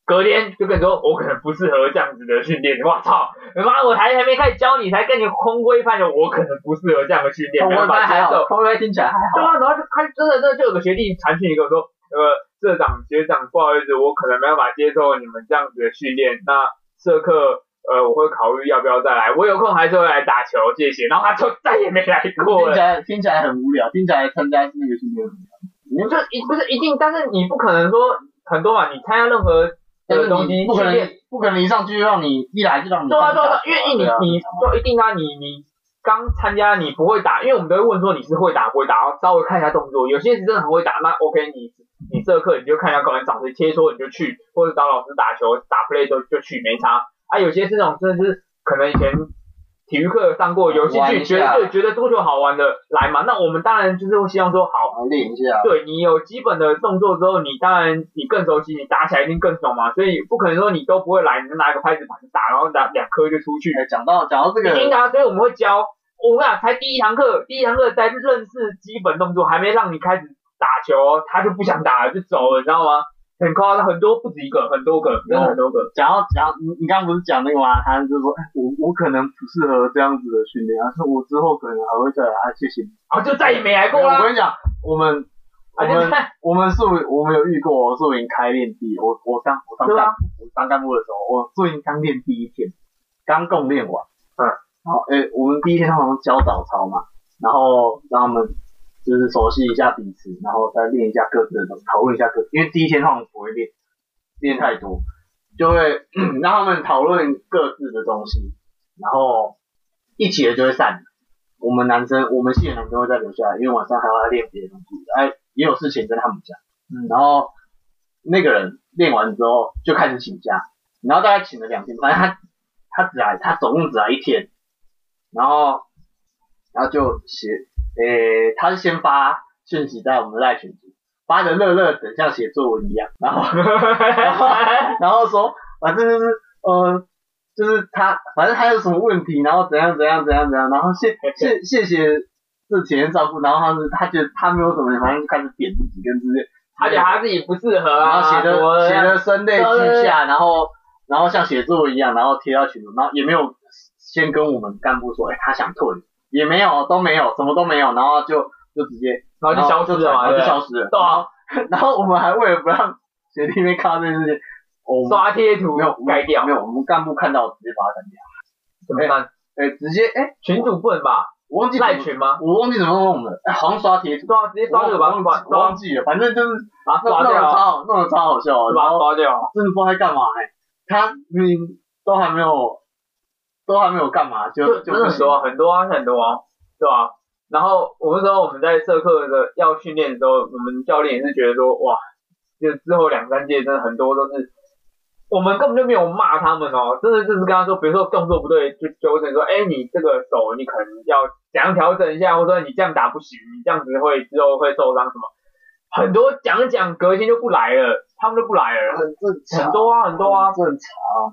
Speaker 2: 隔天就跟你说，我可能不适合这样子的训练。我操，你妈！我才还没开始教你，才跟你空挥拍的，我可能不适合这样的训练，没办法接受。
Speaker 3: 空杯听起来还
Speaker 2: 对。啊，然后就他真的真的就有个学弟传讯一个说，呃，社长学长，不好意思，我可能没办法接受你们这样子的训练，那社课呃我会考虑要不要再来，我有空还是会来打球，谢谢。然后他就再也没来过
Speaker 3: 听起
Speaker 2: 了。
Speaker 3: 来听起来很无聊，听起来参加那个训练很无
Speaker 2: 你
Speaker 3: 聊。
Speaker 2: 就一不是一定，但是你不可能说很多嘛，你参加任何
Speaker 3: 但
Speaker 2: 的
Speaker 3: 是
Speaker 2: 东西
Speaker 3: 你不可
Speaker 2: 训
Speaker 3: 能
Speaker 2: 练，
Speaker 3: 不可能一上去就让你一来就让你
Speaker 2: 对啊对啊，
Speaker 3: 上去
Speaker 2: 对啊
Speaker 3: 打
Speaker 2: 因为
Speaker 3: 对啊
Speaker 2: 你你就一定啊，你你刚参加你不会打，因为我们都会问说你是会打不会打，然后稍微看一下动作，有些是真的很会打，那 OK 你你这课你就看一下高人找谁切磋你就去，或者找老师打球打 play 就就去没差啊，有些是那种真的是可能以前。体育课上过，有兴
Speaker 3: 玩
Speaker 2: 趣，
Speaker 3: 一
Speaker 2: 觉
Speaker 3: 下
Speaker 2: 得对觉得桌球好玩的来嘛。那我们当然就是会希望说，好，
Speaker 3: 来练一下。
Speaker 2: 对你有基本的动作之后，你当然你更熟悉，你打起来一定更爽嘛。所以不可能说你都不会来，你就拿一个拍子板去打，然后打两颗就出去。
Speaker 3: 哎讲到讲到这个
Speaker 2: 已，经啊拿，所以我们会教。我跟你讲，才第一堂课，第一堂课才认识基本动作，还没让你开始打球，哦他就不想打了，就走了，你知道吗？很夸张，很多不止一个，很多个，真的很多个。
Speaker 3: 讲到讲到你你刚刚不是讲那个吗？他就说，哎我我可能不适合这样子的训练，但是我之后可能还会再来。啊，谢谢你。
Speaker 2: 然
Speaker 3: 哎
Speaker 2: 后就再也没来过啊
Speaker 3: 我
Speaker 2: 啦。
Speaker 3: 跟你讲，我们嗯我
Speaker 2: 啊，就
Speaker 3: 们
Speaker 2: 是
Speaker 3: 我们素营我们有遇过素营开练第，我我当我当
Speaker 2: 对啊
Speaker 3: 干部我当干部的时候，我素营刚练第一天，刚共练完，
Speaker 2: 嗯，
Speaker 3: 然后诶、我们第一天好像教早操嘛，然后让他们就是熟悉一下彼此，然后再练一下各自的东西，讨论一下各自，因为第一天他们不会练练太多，就会 让他们讨论各自的东西，然后一起了就会散了。我们男生，我们系的男生会再留下来，因为晚上还要练别的东西，哎，也有事情跟他们讲。嗯，然后那个人练完之后就开始请假，然后大概请了两天，反正他他只来，他总共只来一天，然后然后就写，诶、他是先发讯息在我们赖群组，发的乐乐等像写作文一样，然后 然后说，反正就是呃，就是他，反正他有什么问题，然后怎样怎样怎样怎样，然后谢谢谢谢这前任照顾，然后他是他觉得他没有什么，反正就开始点自己跟之类，
Speaker 2: 而且他自己不适合
Speaker 3: 然
Speaker 2: 啊，
Speaker 3: 后写
Speaker 2: 什么
Speaker 3: 的
Speaker 2: 的
Speaker 3: 写的声泪俱
Speaker 2: 对
Speaker 3: 下，然后然后像写作文一样，然后贴到群组，然后也没有先跟我们干部说，哎、他想退，也没有都没有，什么都没有，然后就就直接
Speaker 2: 然后就消失了嘛，
Speaker 3: 然后
Speaker 2: 对不
Speaker 3: 就
Speaker 2: 对
Speaker 3: 消失了，
Speaker 2: 对啊，
Speaker 3: 然后我们还为了不让学弟妹看到这件事情，我们
Speaker 2: 刷贴图
Speaker 3: 没有
Speaker 2: 盖掉
Speaker 3: 没，有，我们干部看到直接把他删掉，
Speaker 2: 怎么办？
Speaker 3: 哎、直接哎、
Speaker 2: 群主不能吧？
Speaker 3: 我忘记
Speaker 2: 赖群吗？
Speaker 3: 我忘记怎么弄的，哎、好像刷贴图，
Speaker 2: 对啊，直接刷这个把它
Speaker 3: 我
Speaker 2: 刷
Speaker 3: 忘记我忘记了，反正就是
Speaker 2: 把它
Speaker 3: 弄
Speaker 2: 刷
Speaker 3: 得
Speaker 2: 掉
Speaker 3: 超
Speaker 2: 啊，
Speaker 3: 好弄得超好笑的，
Speaker 2: 把它
Speaker 3: 然后
Speaker 2: 刷掉啊。
Speaker 3: 真的不知道在干嘛哎、他明明都还没有，都还没有干嘛就
Speaker 2: 就
Speaker 3: 就
Speaker 2: 真的很多啊很多啊很多啊，对吧、然后我们说我们在社课的要训练的时候，我们教练也是觉得说，哇，就之后两三届真的很多都是，我们根本就没有骂他们哦，真的就是跟他说，比如说动作不对，就纠正说，哎，你这个手你可能要怎样调整一下，或者说你这样打不行，你这样子会之后会受伤什么，很多讲一讲隔天就不来了，他们就不来了，
Speaker 3: 很正常，
Speaker 2: 很多啊很多啊
Speaker 3: 很，正常，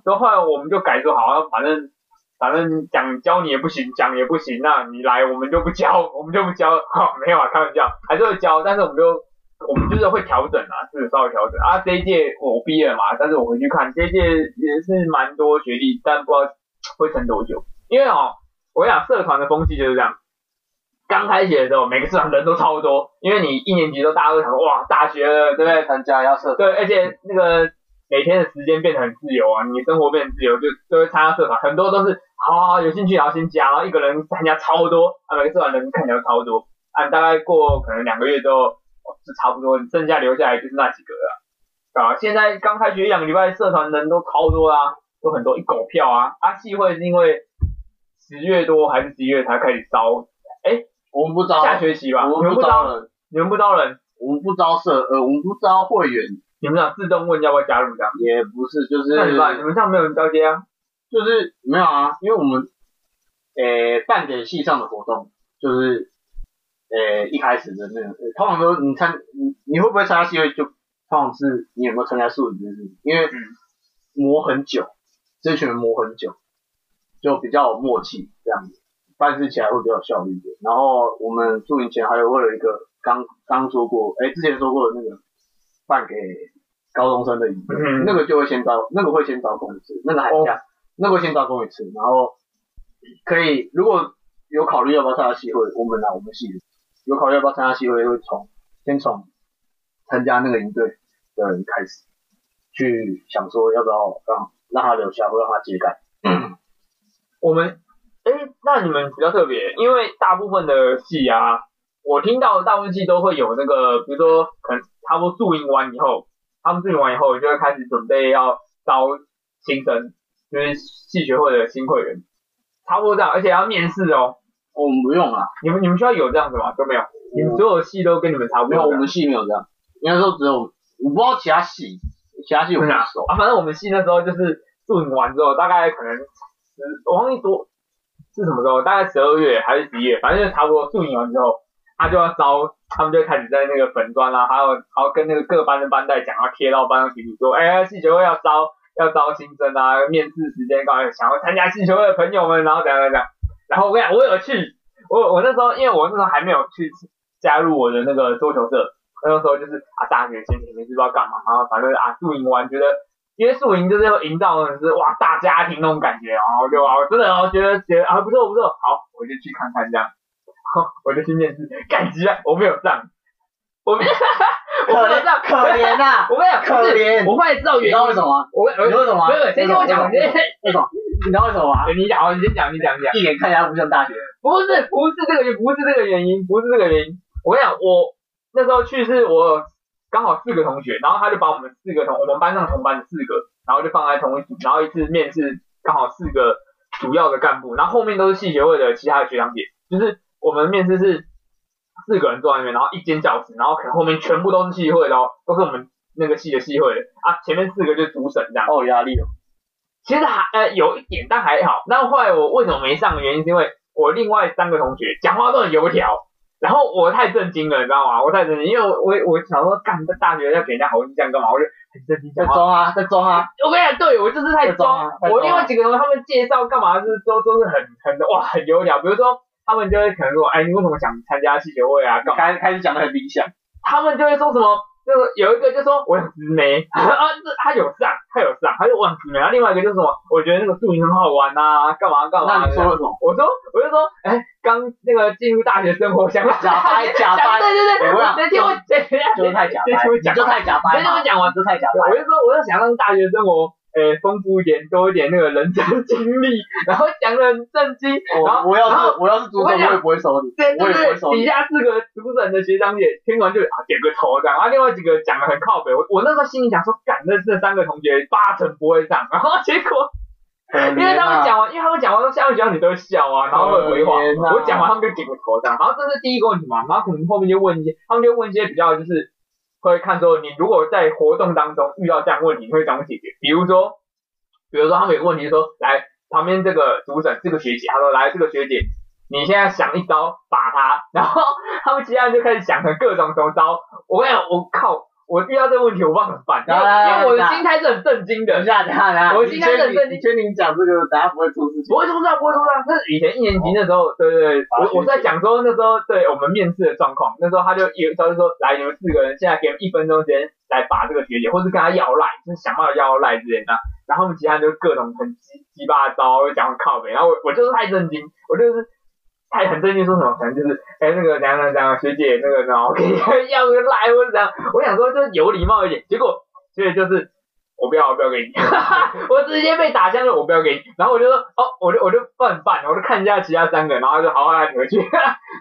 Speaker 2: 然后后来我们就改说好，像反正反正讲教你也不行，讲也不行，那你来我们就不教， 我们就不教，哦、没有啊，开玩笑，还是会教，但是我们就我们就是会调整啊，是稍微调整啊。这一届我毕业了嘛，但是我回去看这一届也是蛮多学历，但不知道会撑多久，因为哦，我想社团的风气就是这样。刚开学的时候，每个社团人都超多，因为你一年级都大家都想说，哇，大学了，对不对？
Speaker 3: 参加啊要社 团，
Speaker 2: 对，而且那个每天的时间变得很自由啊，你生活变得很自由，就就会参加社团，很多都是好好好有兴趣然后先加，然后一个人参加超多，啊每个社团人看起来都超多，啊大概过可能两个月之后哦就差不多，你剩下留下来就是那几个了。啊，现在刚开学一两个礼拜，社团人都超多啦、有很多一狗票啊，啊，系会是因为十月多还是十一月才开始招
Speaker 3: 我们不招，
Speaker 2: 下学期吧？
Speaker 3: 我
Speaker 2: 你
Speaker 3: 们
Speaker 2: 们
Speaker 3: 不
Speaker 2: 不
Speaker 3: 招
Speaker 2: 招，
Speaker 3: 人，
Speaker 2: 你们不招人，
Speaker 3: 我们不招社，呃，我们不招会员，
Speaker 2: 你们想自动问要不要加入这样？
Speaker 3: 也不是，就是
Speaker 2: 那怎么办？你们这样没有人交接啊？
Speaker 3: 就是没有啊，因为我们，诶、办给系上的活动，就是，诶、一开始的那个，呃通常都你参，你你会不会参加系会，就通常是你有没有参加素质这件事情，因为磨很久，这群人磨很久，就比较有默契这样子，办事起来会比较有效率一点。然后我们宿营前还有会有一个刚刚说过，哎诶、之前说过的那个办给高中生的一个，
Speaker 2: 嗯
Speaker 3: 那个就会先招，那个会先招工资，那个寒假。
Speaker 2: 哦
Speaker 3: 那个先招工一次，然后可以如果有考虑要不要参加系会，我们啊我们系有考虑要不要参加系会，会从先从参加那个营队的人开始，去想说要不要让让他留下或让他接干。
Speaker 2: 我们，哎，那你们比较特别，因为大部分的戏啊，我听到的大部分戏都会有那个，比如说可能差不多宿营完以后，他们宿营完以后就会开始准备要招新生，就是戏学会的新会员，差不多这样，而且要面试哦。
Speaker 3: 我们不用啦，
Speaker 2: 你们你们需要有这样子吗？都没有，你们所有戏都跟你们差不
Speaker 3: 没
Speaker 2: 多这
Speaker 3: 有
Speaker 2: 样。
Speaker 3: 我们系没有这样，应该说只有我不知道其他系，其他系我
Speaker 2: 对
Speaker 3: 不
Speaker 2: 啊
Speaker 3: 熟，
Speaker 2: 啊，反正我们系那时候就是宿营完之后，大概可能十，我忘记多是什么时候，大概十二月还是十一月，反正就差不多宿营完之后，他就要招，他们就开始在那个粉砖啦、还有还有跟那个各班的班代讲，要贴到班上群组说，哎、系学会要招要招新生啊，面试时间到了，想要参加系学会的朋友们，然后怎样怎样怎样，然后我跟你讲，我有去，我我那时候因为我那时候还没有去加入我的那个桌球社，那时候就是啊，大学前几年不知道干嘛，然后反正啊，宿营完觉得，因为宿营就是要营造的是哇大家庭那种感觉，然后就啊，我真的然后觉得觉得啊不错不错，好，我就去看看这样，我就去面试，干急啊，我没有上，我没有，我没有上，
Speaker 3: 可怜 呐、
Speaker 2: 我没有，
Speaker 3: 可怜
Speaker 2: 我后来知道
Speaker 3: 你
Speaker 2: 原因
Speaker 3: 知道，为什么吗？
Speaker 2: 我
Speaker 3: 你知道
Speaker 2: 我
Speaker 3: 为什么吗？
Speaker 2: 没有，先听我讲，
Speaker 3: 你
Speaker 2: 先
Speaker 3: 为什么？你知道为什么吗？
Speaker 2: 你讲完，你先讲，你讲你讲。
Speaker 3: 一眼看起来不像大学生。
Speaker 2: 不是不是这个原不是这个原因，不是这个原因。我跟你讲，我那时候去是我刚好四个同学，然后他就把我们四个同我们班上同班的四个，然后就放在同一组，然后一次面试刚好四个主要的干部，然后后面都是系学会的其他的学长姐，就是我们面试是四个人坐在那边，然后一间教室，然后可能后面全部都是系会的哦，都是我们那个系的系会的啊，前面四个就是主审这样。
Speaker 3: 好有压力哦。
Speaker 2: 其实还呃有一点，但还好。那后来我为什么没上的原因，是因为我另外三个同学讲话都很油条，然后我太震惊了，你知道吗？我太震惊，因为我我我想说，干在大学要给人家好印象干嘛？我就很震惊，
Speaker 3: 在
Speaker 2: 讲话。
Speaker 3: 装啊，在装啊，
Speaker 2: 我跟你讲，对我就是太装
Speaker 3: 太装啊。太装啊
Speaker 2: 我另外几个同学他们介绍干嘛，就是都都是很很哇很油条，比如说。他们就会可能说，哎，你为什么想参加戏学会啊？干嘛？
Speaker 3: 开开始讲的很理想，
Speaker 2: 他们就会说什么，就是有一个就说我想直媒， 啊，这他有上，他有上，他就我想直媒，然后另外一个就是什么，我觉得那个宿营很好玩呐、干嘛干嘛
Speaker 3: 那
Speaker 2: 的。
Speaker 3: 你说了什么？
Speaker 2: 我说，我就说，哎、刚那个进入大学生活，想法
Speaker 3: 假掰，假
Speaker 2: 想
Speaker 3: 掰，
Speaker 2: 对对对，
Speaker 3: 我跟你讲
Speaker 2: 先听我，先听
Speaker 3: 就是太假
Speaker 2: 先
Speaker 3: 掰，
Speaker 2: 听我
Speaker 3: 你
Speaker 2: 讲
Speaker 3: 就太假掰
Speaker 2: 先听
Speaker 3: 嘛，
Speaker 2: 我讲完。
Speaker 3: 就太假
Speaker 2: 对，我就
Speaker 3: 掰。
Speaker 2: 说，我就想让大学生活，呃，丰富一点，多一点那个人生经历，然后讲的很震惊，然
Speaker 3: 我
Speaker 2: 后
Speaker 3: 我要
Speaker 2: 然后
Speaker 3: 是我要是主
Speaker 2: 我跟
Speaker 3: 手，我
Speaker 2: 你讲
Speaker 3: 也不会收你，
Speaker 2: 对
Speaker 3: 我
Speaker 2: 对
Speaker 3: 也不会收
Speaker 2: 对，底
Speaker 3: 你。
Speaker 2: 下四个主审的学长姐听完就啊点个头这样，啊另外几个讲的很靠北，我我那时候心里想说，干那这三个同学八成不会上，然后结果因
Speaker 3: 啊
Speaker 2: 为他们讲完，因为他们讲完之后，下面学长姐都会笑啊，然后会回话
Speaker 3: 可怜，啊
Speaker 2: 我讲完他们就点个头这样，然后这是第一个问题嘛，然后可能后面就问一些，他们就问一些比较就是会看说你如果在活动当中遇到这样的问题，你会怎么解决？比如说，比如说他们有个问题说，来旁边这个主审这个学姐，他说来这个学姐，你现在想一招打他，然后他们其他人就开始想成各种什么招。我跟你讲，我靠，我遇到这个问题我不知道怎么办，因为因为我的心态是很震惊
Speaker 3: 等
Speaker 2: 的
Speaker 3: 一，下，等一下，等一下，
Speaker 2: 我今天
Speaker 3: 你确
Speaker 2: 认真
Speaker 3: 定你确定你讲这个，等一下不会出事情
Speaker 2: 不。会出事啊，不会出事啊。那是以前一年级那时候，对对对，
Speaker 3: 啊
Speaker 2: 我我在讲说那时候对我们面试的状况，那时候他就有他就说，来你们四个人现在给我们一分钟时间来把这个学姐，或是跟他要赖，就是想办法要赖之类的。然后我们其他人就各种很鸡鸡巴的招，就讲很靠北，然后我我就是太震惊，我就是太很震惊，说什么可能就是哎那个怎样怎样怎样学姐那个然后给要个赖或者怎样，我想说就是有礼貌一点，结果所以就是我不要，我不要给你， 我直接被打枪了，我不要给你。然后我就说，哦，我 就我就笨笨，我就看一下其他三个，然后他就好，好，好你回去。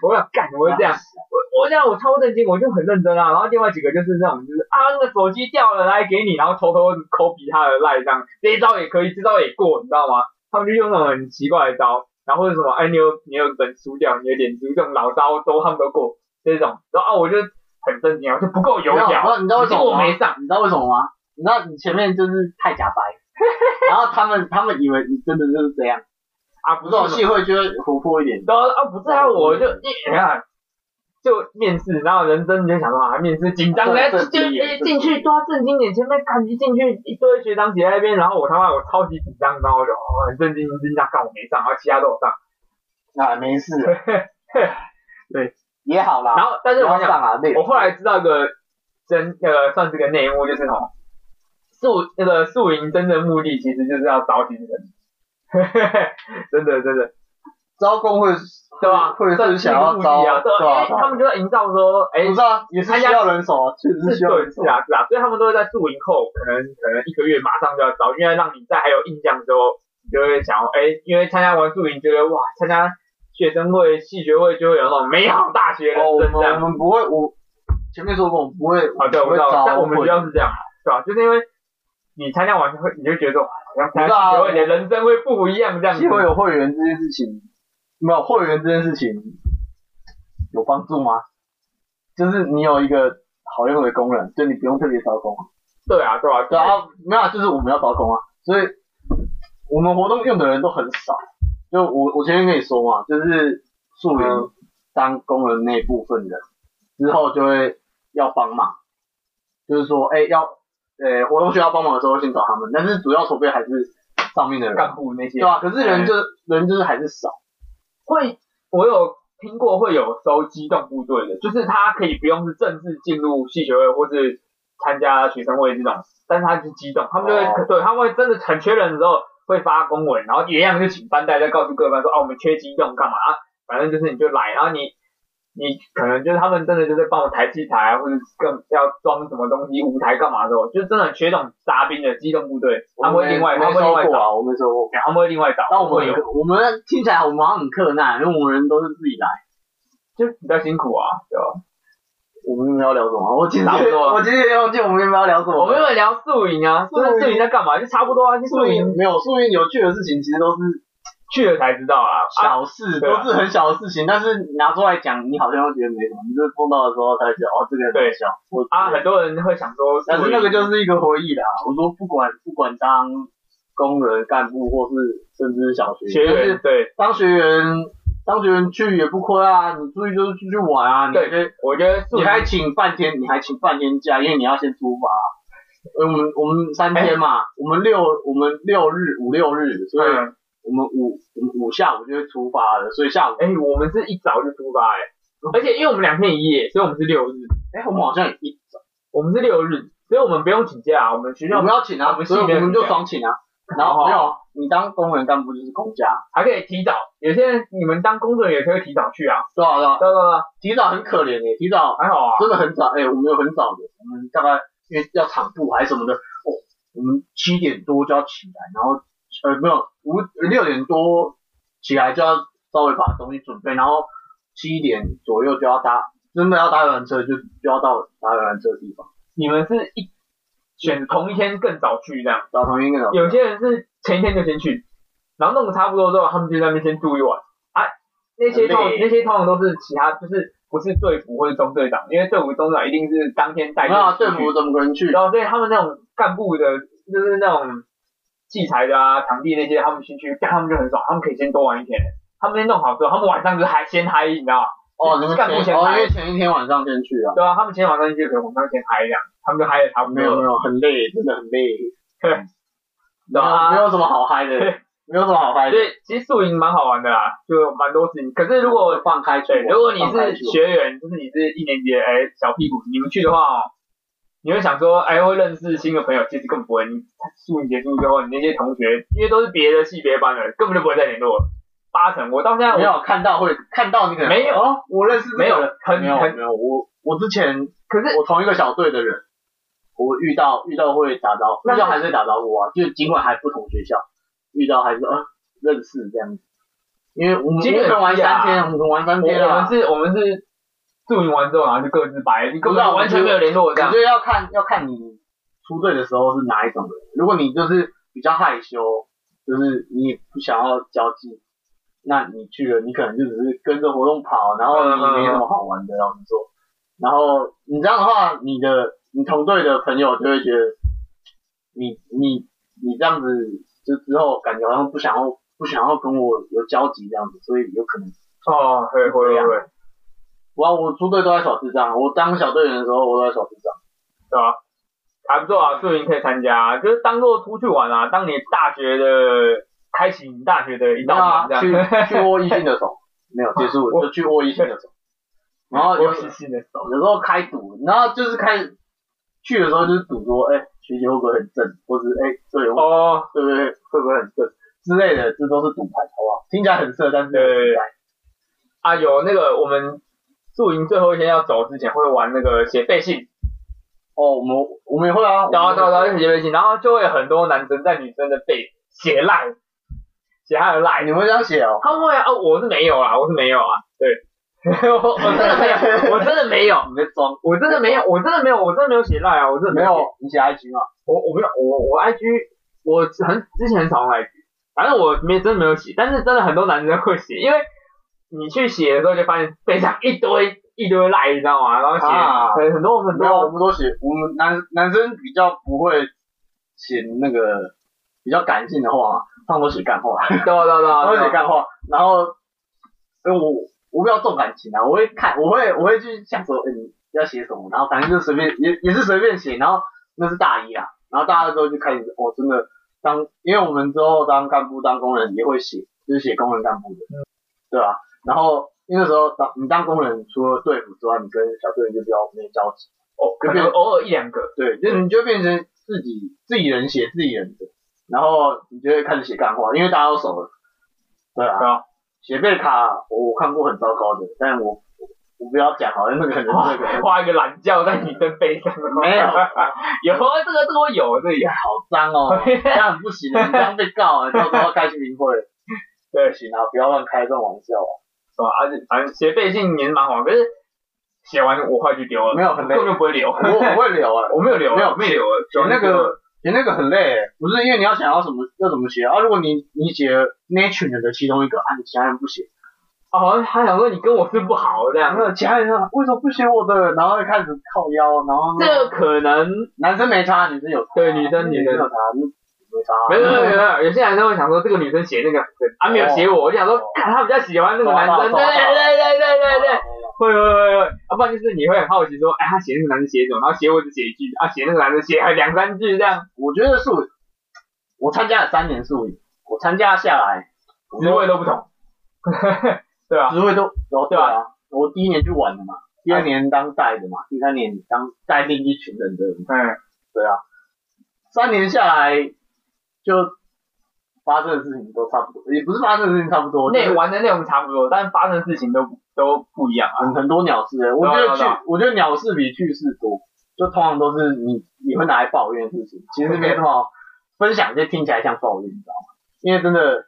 Speaker 2: 我想干，怎么会这样？我我这样我超震惊，我就很认真啊。然后另外几个就是那种就是啊，那个手机掉了来给你，然后偷偷抠鼻他的赖这样，这一招也可以，这招也过，你知道吗？他们就用那种很奇怪的招，然后或者什么哎你有你有本输掉，你有点输这种老招都他们都过这种，然后啊我就很震惊啊，我就不够有
Speaker 1: 没
Speaker 2: 脚，
Speaker 1: 有你知道为什么
Speaker 2: 我
Speaker 1: 吗？
Speaker 2: 没上，
Speaker 1: 你知道为什么吗？你知道你前面就是太假白，然后他们他们以为你真的就是这样，
Speaker 2: 啊不
Speaker 3: 这
Speaker 2: 是我
Speaker 3: 种戏会就会活泼一点。
Speaker 2: 然后啊，不是啊，我就一你看，就面试，然后人生你就想说啊，面试紧张，
Speaker 3: 对
Speaker 2: 来就
Speaker 3: 正经
Speaker 2: 一进去都要正经点，前面赶一进去一堆学长姐在那边，然后我他妈我超级紧张，然后我就哦很震惊，很紧张，看我没上，然后其他都有上，
Speaker 1: 啊，没 事，也好
Speaker 2: 然
Speaker 1: 啦，
Speaker 2: 后但
Speaker 1: 不
Speaker 2: 是
Speaker 1: 要
Speaker 2: 我想，
Speaker 1: 上啊，对，
Speaker 2: 我后来知道一个真呃算是个内幕，就是什么宿那个宿营真正目的其实就是要找几个人， 真的真的。
Speaker 3: 招工会
Speaker 2: 对吧？
Speaker 3: 会
Speaker 2: 这是
Speaker 3: 是想
Speaker 2: 一个
Speaker 3: 要
Speaker 2: 目
Speaker 3: 招
Speaker 2: 的啊，对
Speaker 3: 对
Speaker 2: 吧？因
Speaker 3: 吧
Speaker 2: 为他们就在营造说，哎，
Speaker 3: 不知道也是需要人手啊，确实
Speaker 2: 是
Speaker 3: 需要人手
Speaker 2: 是。啊，是啊，所以他们都会在宿营后，可能可能一个月马上就要招，因为让你在还有印象之后，你就会想要，哎、因为参加完宿营，觉得哇，参加学生会、系学会就会有那种美好大学人啊
Speaker 3: 哦，我
Speaker 2: 生这
Speaker 3: 们我
Speaker 2: 样。
Speaker 3: 们不会，我前面说过，我们不会，
Speaker 2: 啊，对，我
Speaker 3: 不
Speaker 2: 知
Speaker 3: 会
Speaker 2: 道，但
Speaker 3: 招
Speaker 2: 我们学校是这样，对吧、就是因为你参加完会，你就觉得说，哇好像参
Speaker 3: 不知
Speaker 2: 加系
Speaker 3: 道啊
Speaker 2: 学会，你的人生会不一样这样子
Speaker 3: 协。会有会员这件事情，没有会员这件事情有帮助吗？就是你有一个好用的功能，就你不用特别招工啊。
Speaker 2: 对啊，对啊，
Speaker 3: 对啊，没有啊，就是我们要招工啊，所以我们活动用的人都很少。就我我前面跟你说嘛，就是树
Speaker 2: 嗯
Speaker 3: 林当工人那部分的之后就会要帮忙，就是说哎、要呃活动需要帮忙的时候先找他们，但是主要筹备还是上面的人，
Speaker 2: 干哎部那些
Speaker 3: 对啊吧、可是人就、人就是还是少。
Speaker 2: 会，我有听过会有收机动部队的，就是他可以不用是正式进入系学会或是参加学生会这种，但是他是机动，他们就会、
Speaker 3: 哦
Speaker 2: 对他们会真的很缺人的时候会发公文，然后一样就请班代再告诉各班说啊我们缺机动干嘛、啊，反正就是你就来，然后你。你可能就是他们真的就是帮我抬器材啊，或者更要装什么东西舞台干嘛的哦，就真的很缺这种杂兵的机动部队，他们会另外
Speaker 3: 我没
Speaker 2: 他
Speaker 3: 我
Speaker 2: 们会
Speaker 3: 没
Speaker 2: 另
Speaker 3: 收
Speaker 2: 外
Speaker 3: 过
Speaker 2: 找，
Speaker 3: 啊，我没收过。
Speaker 2: 对他们会另外找，
Speaker 3: 但我
Speaker 2: 会
Speaker 3: 们
Speaker 2: 有
Speaker 3: 我们听起来我们好像很困难，因为我们人都是自己来。
Speaker 2: 就比较辛苦啊，对吧？
Speaker 3: 我们原本要聊什么？我其实
Speaker 2: 差不多了啊
Speaker 3: 我其实也忘记我们原本要聊什么了。
Speaker 2: 我们有聊宿营啊，
Speaker 3: 宿营
Speaker 2: 宿营在干嘛？就差不多啊，去
Speaker 3: 宿
Speaker 2: 宿
Speaker 3: 营
Speaker 2: 营
Speaker 3: 没有宿营有趣的事情，其实都是
Speaker 2: 去了才知道啊。啊，
Speaker 3: 小事，
Speaker 2: 对啊
Speaker 3: 都是很小的事情，但是拿出来讲，你好像会觉得没什么，你就是碰到的时候才会觉得哦，这个很好笑。我
Speaker 2: 啊，很多人会想说，
Speaker 3: 但是那个就是是一个回忆啦。我说不管不管当工人干部，或是甚至是小学
Speaker 2: 学
Speaker 3: 就是
Speaker 2: 员对，
Speaker 3: 当学员，当学员去也不亏啊，你出去就是出去玩啊，你
Speaker 2: 对
Speaker 3: 还
Speaker 2: 我觉得宿
Speaker 3: 你
Speaker 2: 营
Speaker 3: 还请半天，你还请半天假，因为你要先出发。呃我们我们三天嘛，我们六我们六日五六日，所以
Speaker 2: 嗯
Speaker 3: 我们五我们五下午就会出发了，所以下午
Speaker 2: 哎，我们是一早就出发哎，而且因为我们两天一夜，所以我们是六日，
Speaker 3: 哎、我们好像一
Speaker 2: 我们是六日，所以我们不用请假啊，我们学
Speaker 3: 我
Speaker 2: 校
Speaker 3: 们要请啊，
Speaker 2: 们系
Speaker 3: 所以我
Speaker 2: 没有
Speaker 3: 们就
Speaker 2: 请假
Speaker 3: 双请啊，然后
Speaker 2: 哦
Speaker 3: 没有啊你当工人干部就是公假，
Speaker 2: 还可以提早，有些人你们当工作人员也可以提早去啊，
Speaker 3: 对啊对啊，
Speaker 2: 对对对，
Speaker 3: 提早很可怜诶、提早
Speaker 2: 还好啊，
Speaker 3: 真的很早，哎、我们有很早的，我们大概因为要场部还是什么的，哦，我们七点多就要起来，然后呃没有五六点多起来就要稍微把东西准备，然后七点左右就要搭，真的要搭游览车就就要到搭游览车的地方，
Speaker 2: 你们是一选同一天更早去这样，
Speaker 3: 然后同一个
Speaker 2: 有些人是前一天就先去，然后弄得差不多之后，他们就在那边先住一晚啊。那些通
Speaker 3: 很累
Speaker 2: 那些通常都是其他，就是不是队服或者中队长，因为队服中队长一定是当天带
Speaker 3: 没
Speaker 2: 队
Speaker 3: 有啊
Speaker 2: 出去
Speaker 3: 队服怎么可能去？
Speaker 2: 然后所以他们那种干部的，就是那种器材的啊、场地那些，他们先去，他们就很爽，他们可以先多玩一天。他们先弄好之后，他们晚上就嗨先嗨，你知道吗？
Speaker 3: 哦，你们
Speaker 2: 干部
Speaker 3: 前
Speaker 2: 先
Speaker 3: 哦，
Speaker 2: 来
Speaker 3: 因为前一天晚上先去啊，
Speaker 2: 对啊，他们前天晚上就可能晚上先嗨一样，他们就嗨的差不多
Speaker 3: 没有
Speaker 2: 了。
Speaker 3: 没有很累，真的很累，
Speaker 2: 对啊
Speaker 3: 没有什么好嗨的，没有什么好嗨的
Speaker 2: 所，以其实宿营蛮好玩的啦，就蛮多事情。可是如果
Speaker 3: 放开去
Speaker 2: 对，
Speaker 3: 玩，
Speaker 2: 如果你
Speaker 3: 放开
Speaker 2: 是
Speaker 3: 去玩
Speaker 2: 学员，就是你是一年级的哎小屁股，你们去的话哦，你会想说哎会认识新的朋友，其实根本不会。你宿营结束之后，你那些同学因为都是别的系别班的，根本就不会再联络了。八成，我到现在我
Speaker 3: 没有看到会看到你可能
Speaker 2: 没有
Speaker 3: 哦，我认识这个
Speaker 2: 没有
Speaker 3: 人
Speaker 2: 很
Speaker 3: 没有
Speaker 2: 很
Speaker 3: 没有我我之前
Speaker 2: 可是
Speaker 3: 我同一个小队的人，我遇到遇到会打招呼，
Speaker 2: 那
Speaker 3: 遇到还是打招呼啊，就尽管还不同学校，遇到还是啊认识这样子，因为我们我
Speaker 2: 基本啊
Speaker 3: 们可能玩三天，我们可能玩三
Speaker 2: 我
Speaker 3: 天
Speaker 2: 我们
Speaker 3: 啊，
Speaker 2: 是我们是宿营完之后，然后就各自掰，你根
Speaker 3: 不是啊
Speaker 2: 本完全没有联络
Speaker 3: 我
Speaker 2: 这
Speaker 3: 觉
Speaker 2: 样。
Speaker 3: 得要看要看你出队的时候是哪一种人。如果你就是比较害羞，就是你也不想要交际，那你去了，你可能就只是跟着活动跑，然后
Speaker 2: 嗯嗯嗯
Speaker 3: 你没什么好玩的让你做。然后你这样的话，你的你同队的朋友就会觉得你你你这样子，就之后感觉好像不想要不想要跟我有交集这样子，所以有可能。
Speaker 2: 哦，会会会，会
Speaker 3: 哇，我出队都在小智障，我当小队员的时候我都在小智障。
Speaker 2: 对吧？还不错啊，宿营可以参加，就是当做出去玩啊，当你大学的开启你大学的一道门这
Speaker 3: 啊去
Speaker 2: 样。
Speaker 3: 去握异性 的手，没有结束
Speaker 2: 我
Speaker 3: 就去握异性的手， 然后有
Speaker 2: 我
Speaker 3: 有时
Speaker 2: 细细的手，
Speaker 3: 候开赌，然后就是开始去的时候就是赌说，哎、学姐会不会很正，或是哎、队友
Speaker 2: 哦，
Speaker 3: 对不对会不会很正之类的，这都是赌牌，好不好？听起来很色，但是
Speaker 2: 对对对啊，有那个我们宿营最后一天要走之前会玩那个写背信，
Speaker 3: 哦，我们我们也会啊，
Speaker 2: 然后
Speaker 3: 我
Speaker 2: 到
Speaker 3: 们
Speaker 2: 到就写背信，然后就会有很多男生在女生的背写赖，写他的赖
Speaker 3: 你。们这样写哦，
Speaker 2: 他会啊，哦我是没有啦，我是没有啊，对， 我我真的没有，我真的没有，
Speaker 3: 你在装，
Speaker 2: 我真的没有，我真的没有，我真的没有写赖啊，我真的
Speaker 3: 没
Speaker 2: 有写，
Speaker 3: 有你写 IG 嘛？
Speaker 2: 我我没有，我我 IG 我很之前很少用 IG，反正我没真的没有写，但是真的很多男生会写，因为你去写的时候就发现背上一堆一堆赖，你知道吗？然后写、
Speaker 3: 啊
Speaker 2: 很很多很
Speaker 3: 没有，我
Speaker 2: 多，
Speaker 3: 们都写，我们男男生比较不会写那个比较感性的话嘛，他们都写干话。
Speaker 2: 对啊对对
Speaker 3: 然后
Speaker 2: 对
Speaker 3: 写干话，然后，所以我我比较重感情啊，我会看，我会我会去想说，嗯，要写什么，然后反正就随便，也也是随便写，然后那是大一啊，然后大二之后就开始，哦，真的当，因为我们之后当干部当工人也会写，就是写工人干部的，对吧、然后因为那时候当你当工人，除了队服之外，你跟小队员就比较没有交集，
Speaker 2: 哦，可能偶尔一两个，
Speaker 3: 对，就你就变成自己自己人写自己人的，然后你就会开始写干话，因为大家都熟了，对啊
Speaker 2: 对。啊，
Speaker 3: 写背卡我看过很糟糕的，但我我不要讲，好像那个人那个
Speaker 2: 画一个懒觉在女生背上，
Speaker 3: 没 有
Speaker 2: 有啊，这个这个我有这个有，
Speaker 3: 好脏哦，这样很不行的，你这样被告了，啊到时候开去明会。对，行啊，不要乱开这种玩笑啊，
Speaker 2: 是吧？而且反正写背信也是蛮好玩，可是写完我快去丢了，
Speaker 3: 没有很累
Speaker 2: 根本就不会留，
Speaker 3: 我我会留啊，
Speaker 2: 我没有留，
Speaker 3: 没有
Speaker 2: 没有留，
Speaker 3: 有那个你那个很累，不是因为你要想要什么要怎么写啊，如果你你写那群人的其中一个，啊，你其他人不写，
Speaker 2: 哦，好像他想说你跟我是不好这样
Speaker 3: 然，后其他人说为什么不写我的，然后就开始靠腰，然后
Speaker 2: 这个可能
Speaker 3: 男生没差，女生有差，
Speaker 2: 对女生女生
Speaker 3: 有差，没差，
Speaker 2: 没有没有没有没有，有些男生会想说这个女生写那个啊没有写我，我就想说
Speaker 3: 哦
Speaker 2: 看他比较喜欢那个男
Speaker 3: 懂了
Speaker 2: 生，
Speaker 3: 懂
Speaker 2: 对
Speaker 3: 了
Speaker 2: 对对对对对，
Speaker 3: 对。
Speaker 2: 会会会会，要不然就是你会很好奇说，哎他写那个男生写什么，然后写我只写一句，啊写那个男生写两三句这样，
Speaker 3: 我觉得是我，我参加了三年宿营，我参加下来，我
Speaker 2: 职位都不同， 对 吧？
Speaker 3: 职位都，哦对
Speaker 2: 对
Speaker 3: 啊，我第一年就玩了嘛，第二年当带的嘛，第三年当带另一群人的，
Speaker 2: 嗯，
Speaker 3: 对啊，三年下来就发生的事情都差不多，也不是发生的事情差不多，
Speaker 2: 内
Speaker 3: 就是
Speaker 2: 玩的内容差不多，但发生的事情都都不一样啊。
Speaker 3: 很很多鸟事、我觉得
Speaker 2: 对啊
Speaker 3: 趣
Speaker 2: 对啊，
Speaker 3: 我觉得鸟事比趣事多，就通常都是你你会拿来抱怨的事情，其实没什么好分享，就听起来像抱怨，你知道吗？因为真的，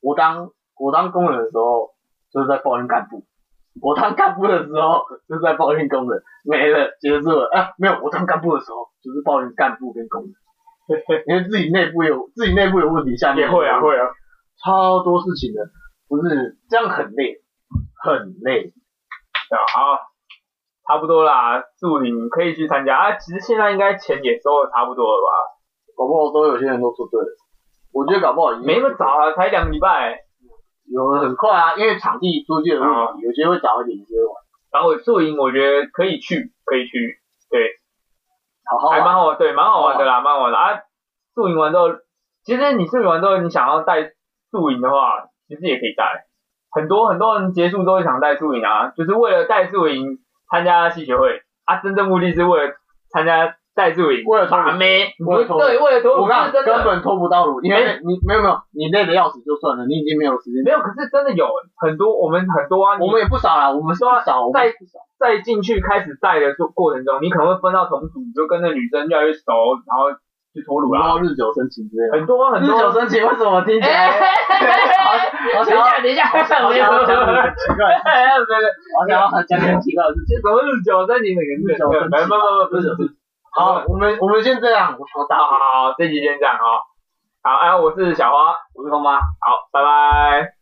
Speaker 3: 我当我当工人的时候就是在抱怨干部，我当干部的时候就是在抱怨工人，没了结束了啊，没有，我当干部的时候就是抱怨干部跟工人， 因为自己内部有自己内部有问题，下
Speaker 2: 也
Speaker 3: 面有问
Speaker 2: 会
Speaker 3: 题
Speaker 2: 啊，会啊，
Speaker 3: 超多事情的，不是这样很累，很累。
Speaker 2: 对啊，好，差不多啦，祝你可以去参加啊。其实现在应该钱也收的差不多了吧？
Speaker 3: 搞不好都有些人都说对了。我觉得搞不好已经
Speaker 2: 没那么早啊，才两个礼拜。
Speaker 3: 有的很快啊，因为场地租借的问
Speaker 2: 哦
Speaker 3: 题，有些会早一点，有些会晚。
Speaker 2: 然后宿营我觉得可以去，可以去，
Speaker 3: 好好
Speaker 2: 还蛮
Speaker 3: 玩，
Speaker 2: 好玩，对，蛮好玩的啦，蛮好玩的啊。宿营完之后，其实你宿营完之后，你想要带宿营的话，其实也可以带。很多很多人结束都会想带宿营啊，就是为了带宿营参加系学会啊，真正目的是为了参加带宿营，
Speaker 3: 为了脱
Speaker 2: 把妹，
Speaker 3: 为了脱
Speaker 2: 对，为了脱
Speaker 3: 我
Speaker 2: 乳
Speaker 3: 看
Speaker 2: 是真的
Speaker 3: 根本拖不到路，因为你没有没有，你累的要死就算了，你已经没有时间
Speaker 2: 没。有，可是真的有很多，我们很多啊，你
Speaker 3: 我们也不少啦，我们是不少，我们
Speaker 2: 在
Speaker 3: 不少。
Speaker 2: 在进去开始带的过过程中，你可能会分到同组，你就跟那女生越来越熟，然后去脱乳
Speaker 3: 然
Speaker 2: 啊，
Speaker 3: 后日久生情之类的。
Speaker 2: 很多啊很
Speaker 3: 嗯日久
Speaker 2: 多。哎
Speaker 3: 生情为什么听起来好
Speaker 5: 等一
Speaker 3: 像好像
Speaker 5: 下，等一下，
Speaker 3: 好像好
Speaker 5: 没有
Speaker 3: 像讲很奇怪，
Speaker 2: 哎，对对，
Speaker 3: 好像要讲很奇怪的 事情。
Speaker 2: 怎么日久生情的人？
Speaker 3: 日久生情
Speaker 2: 没有没有没有不是不是。
Speaker 3: 好，我们我们先这样，我我打
Speaker 2: 好好好，这集先这样哦。好，哎，我是小花，我是空妈，好，拜拜。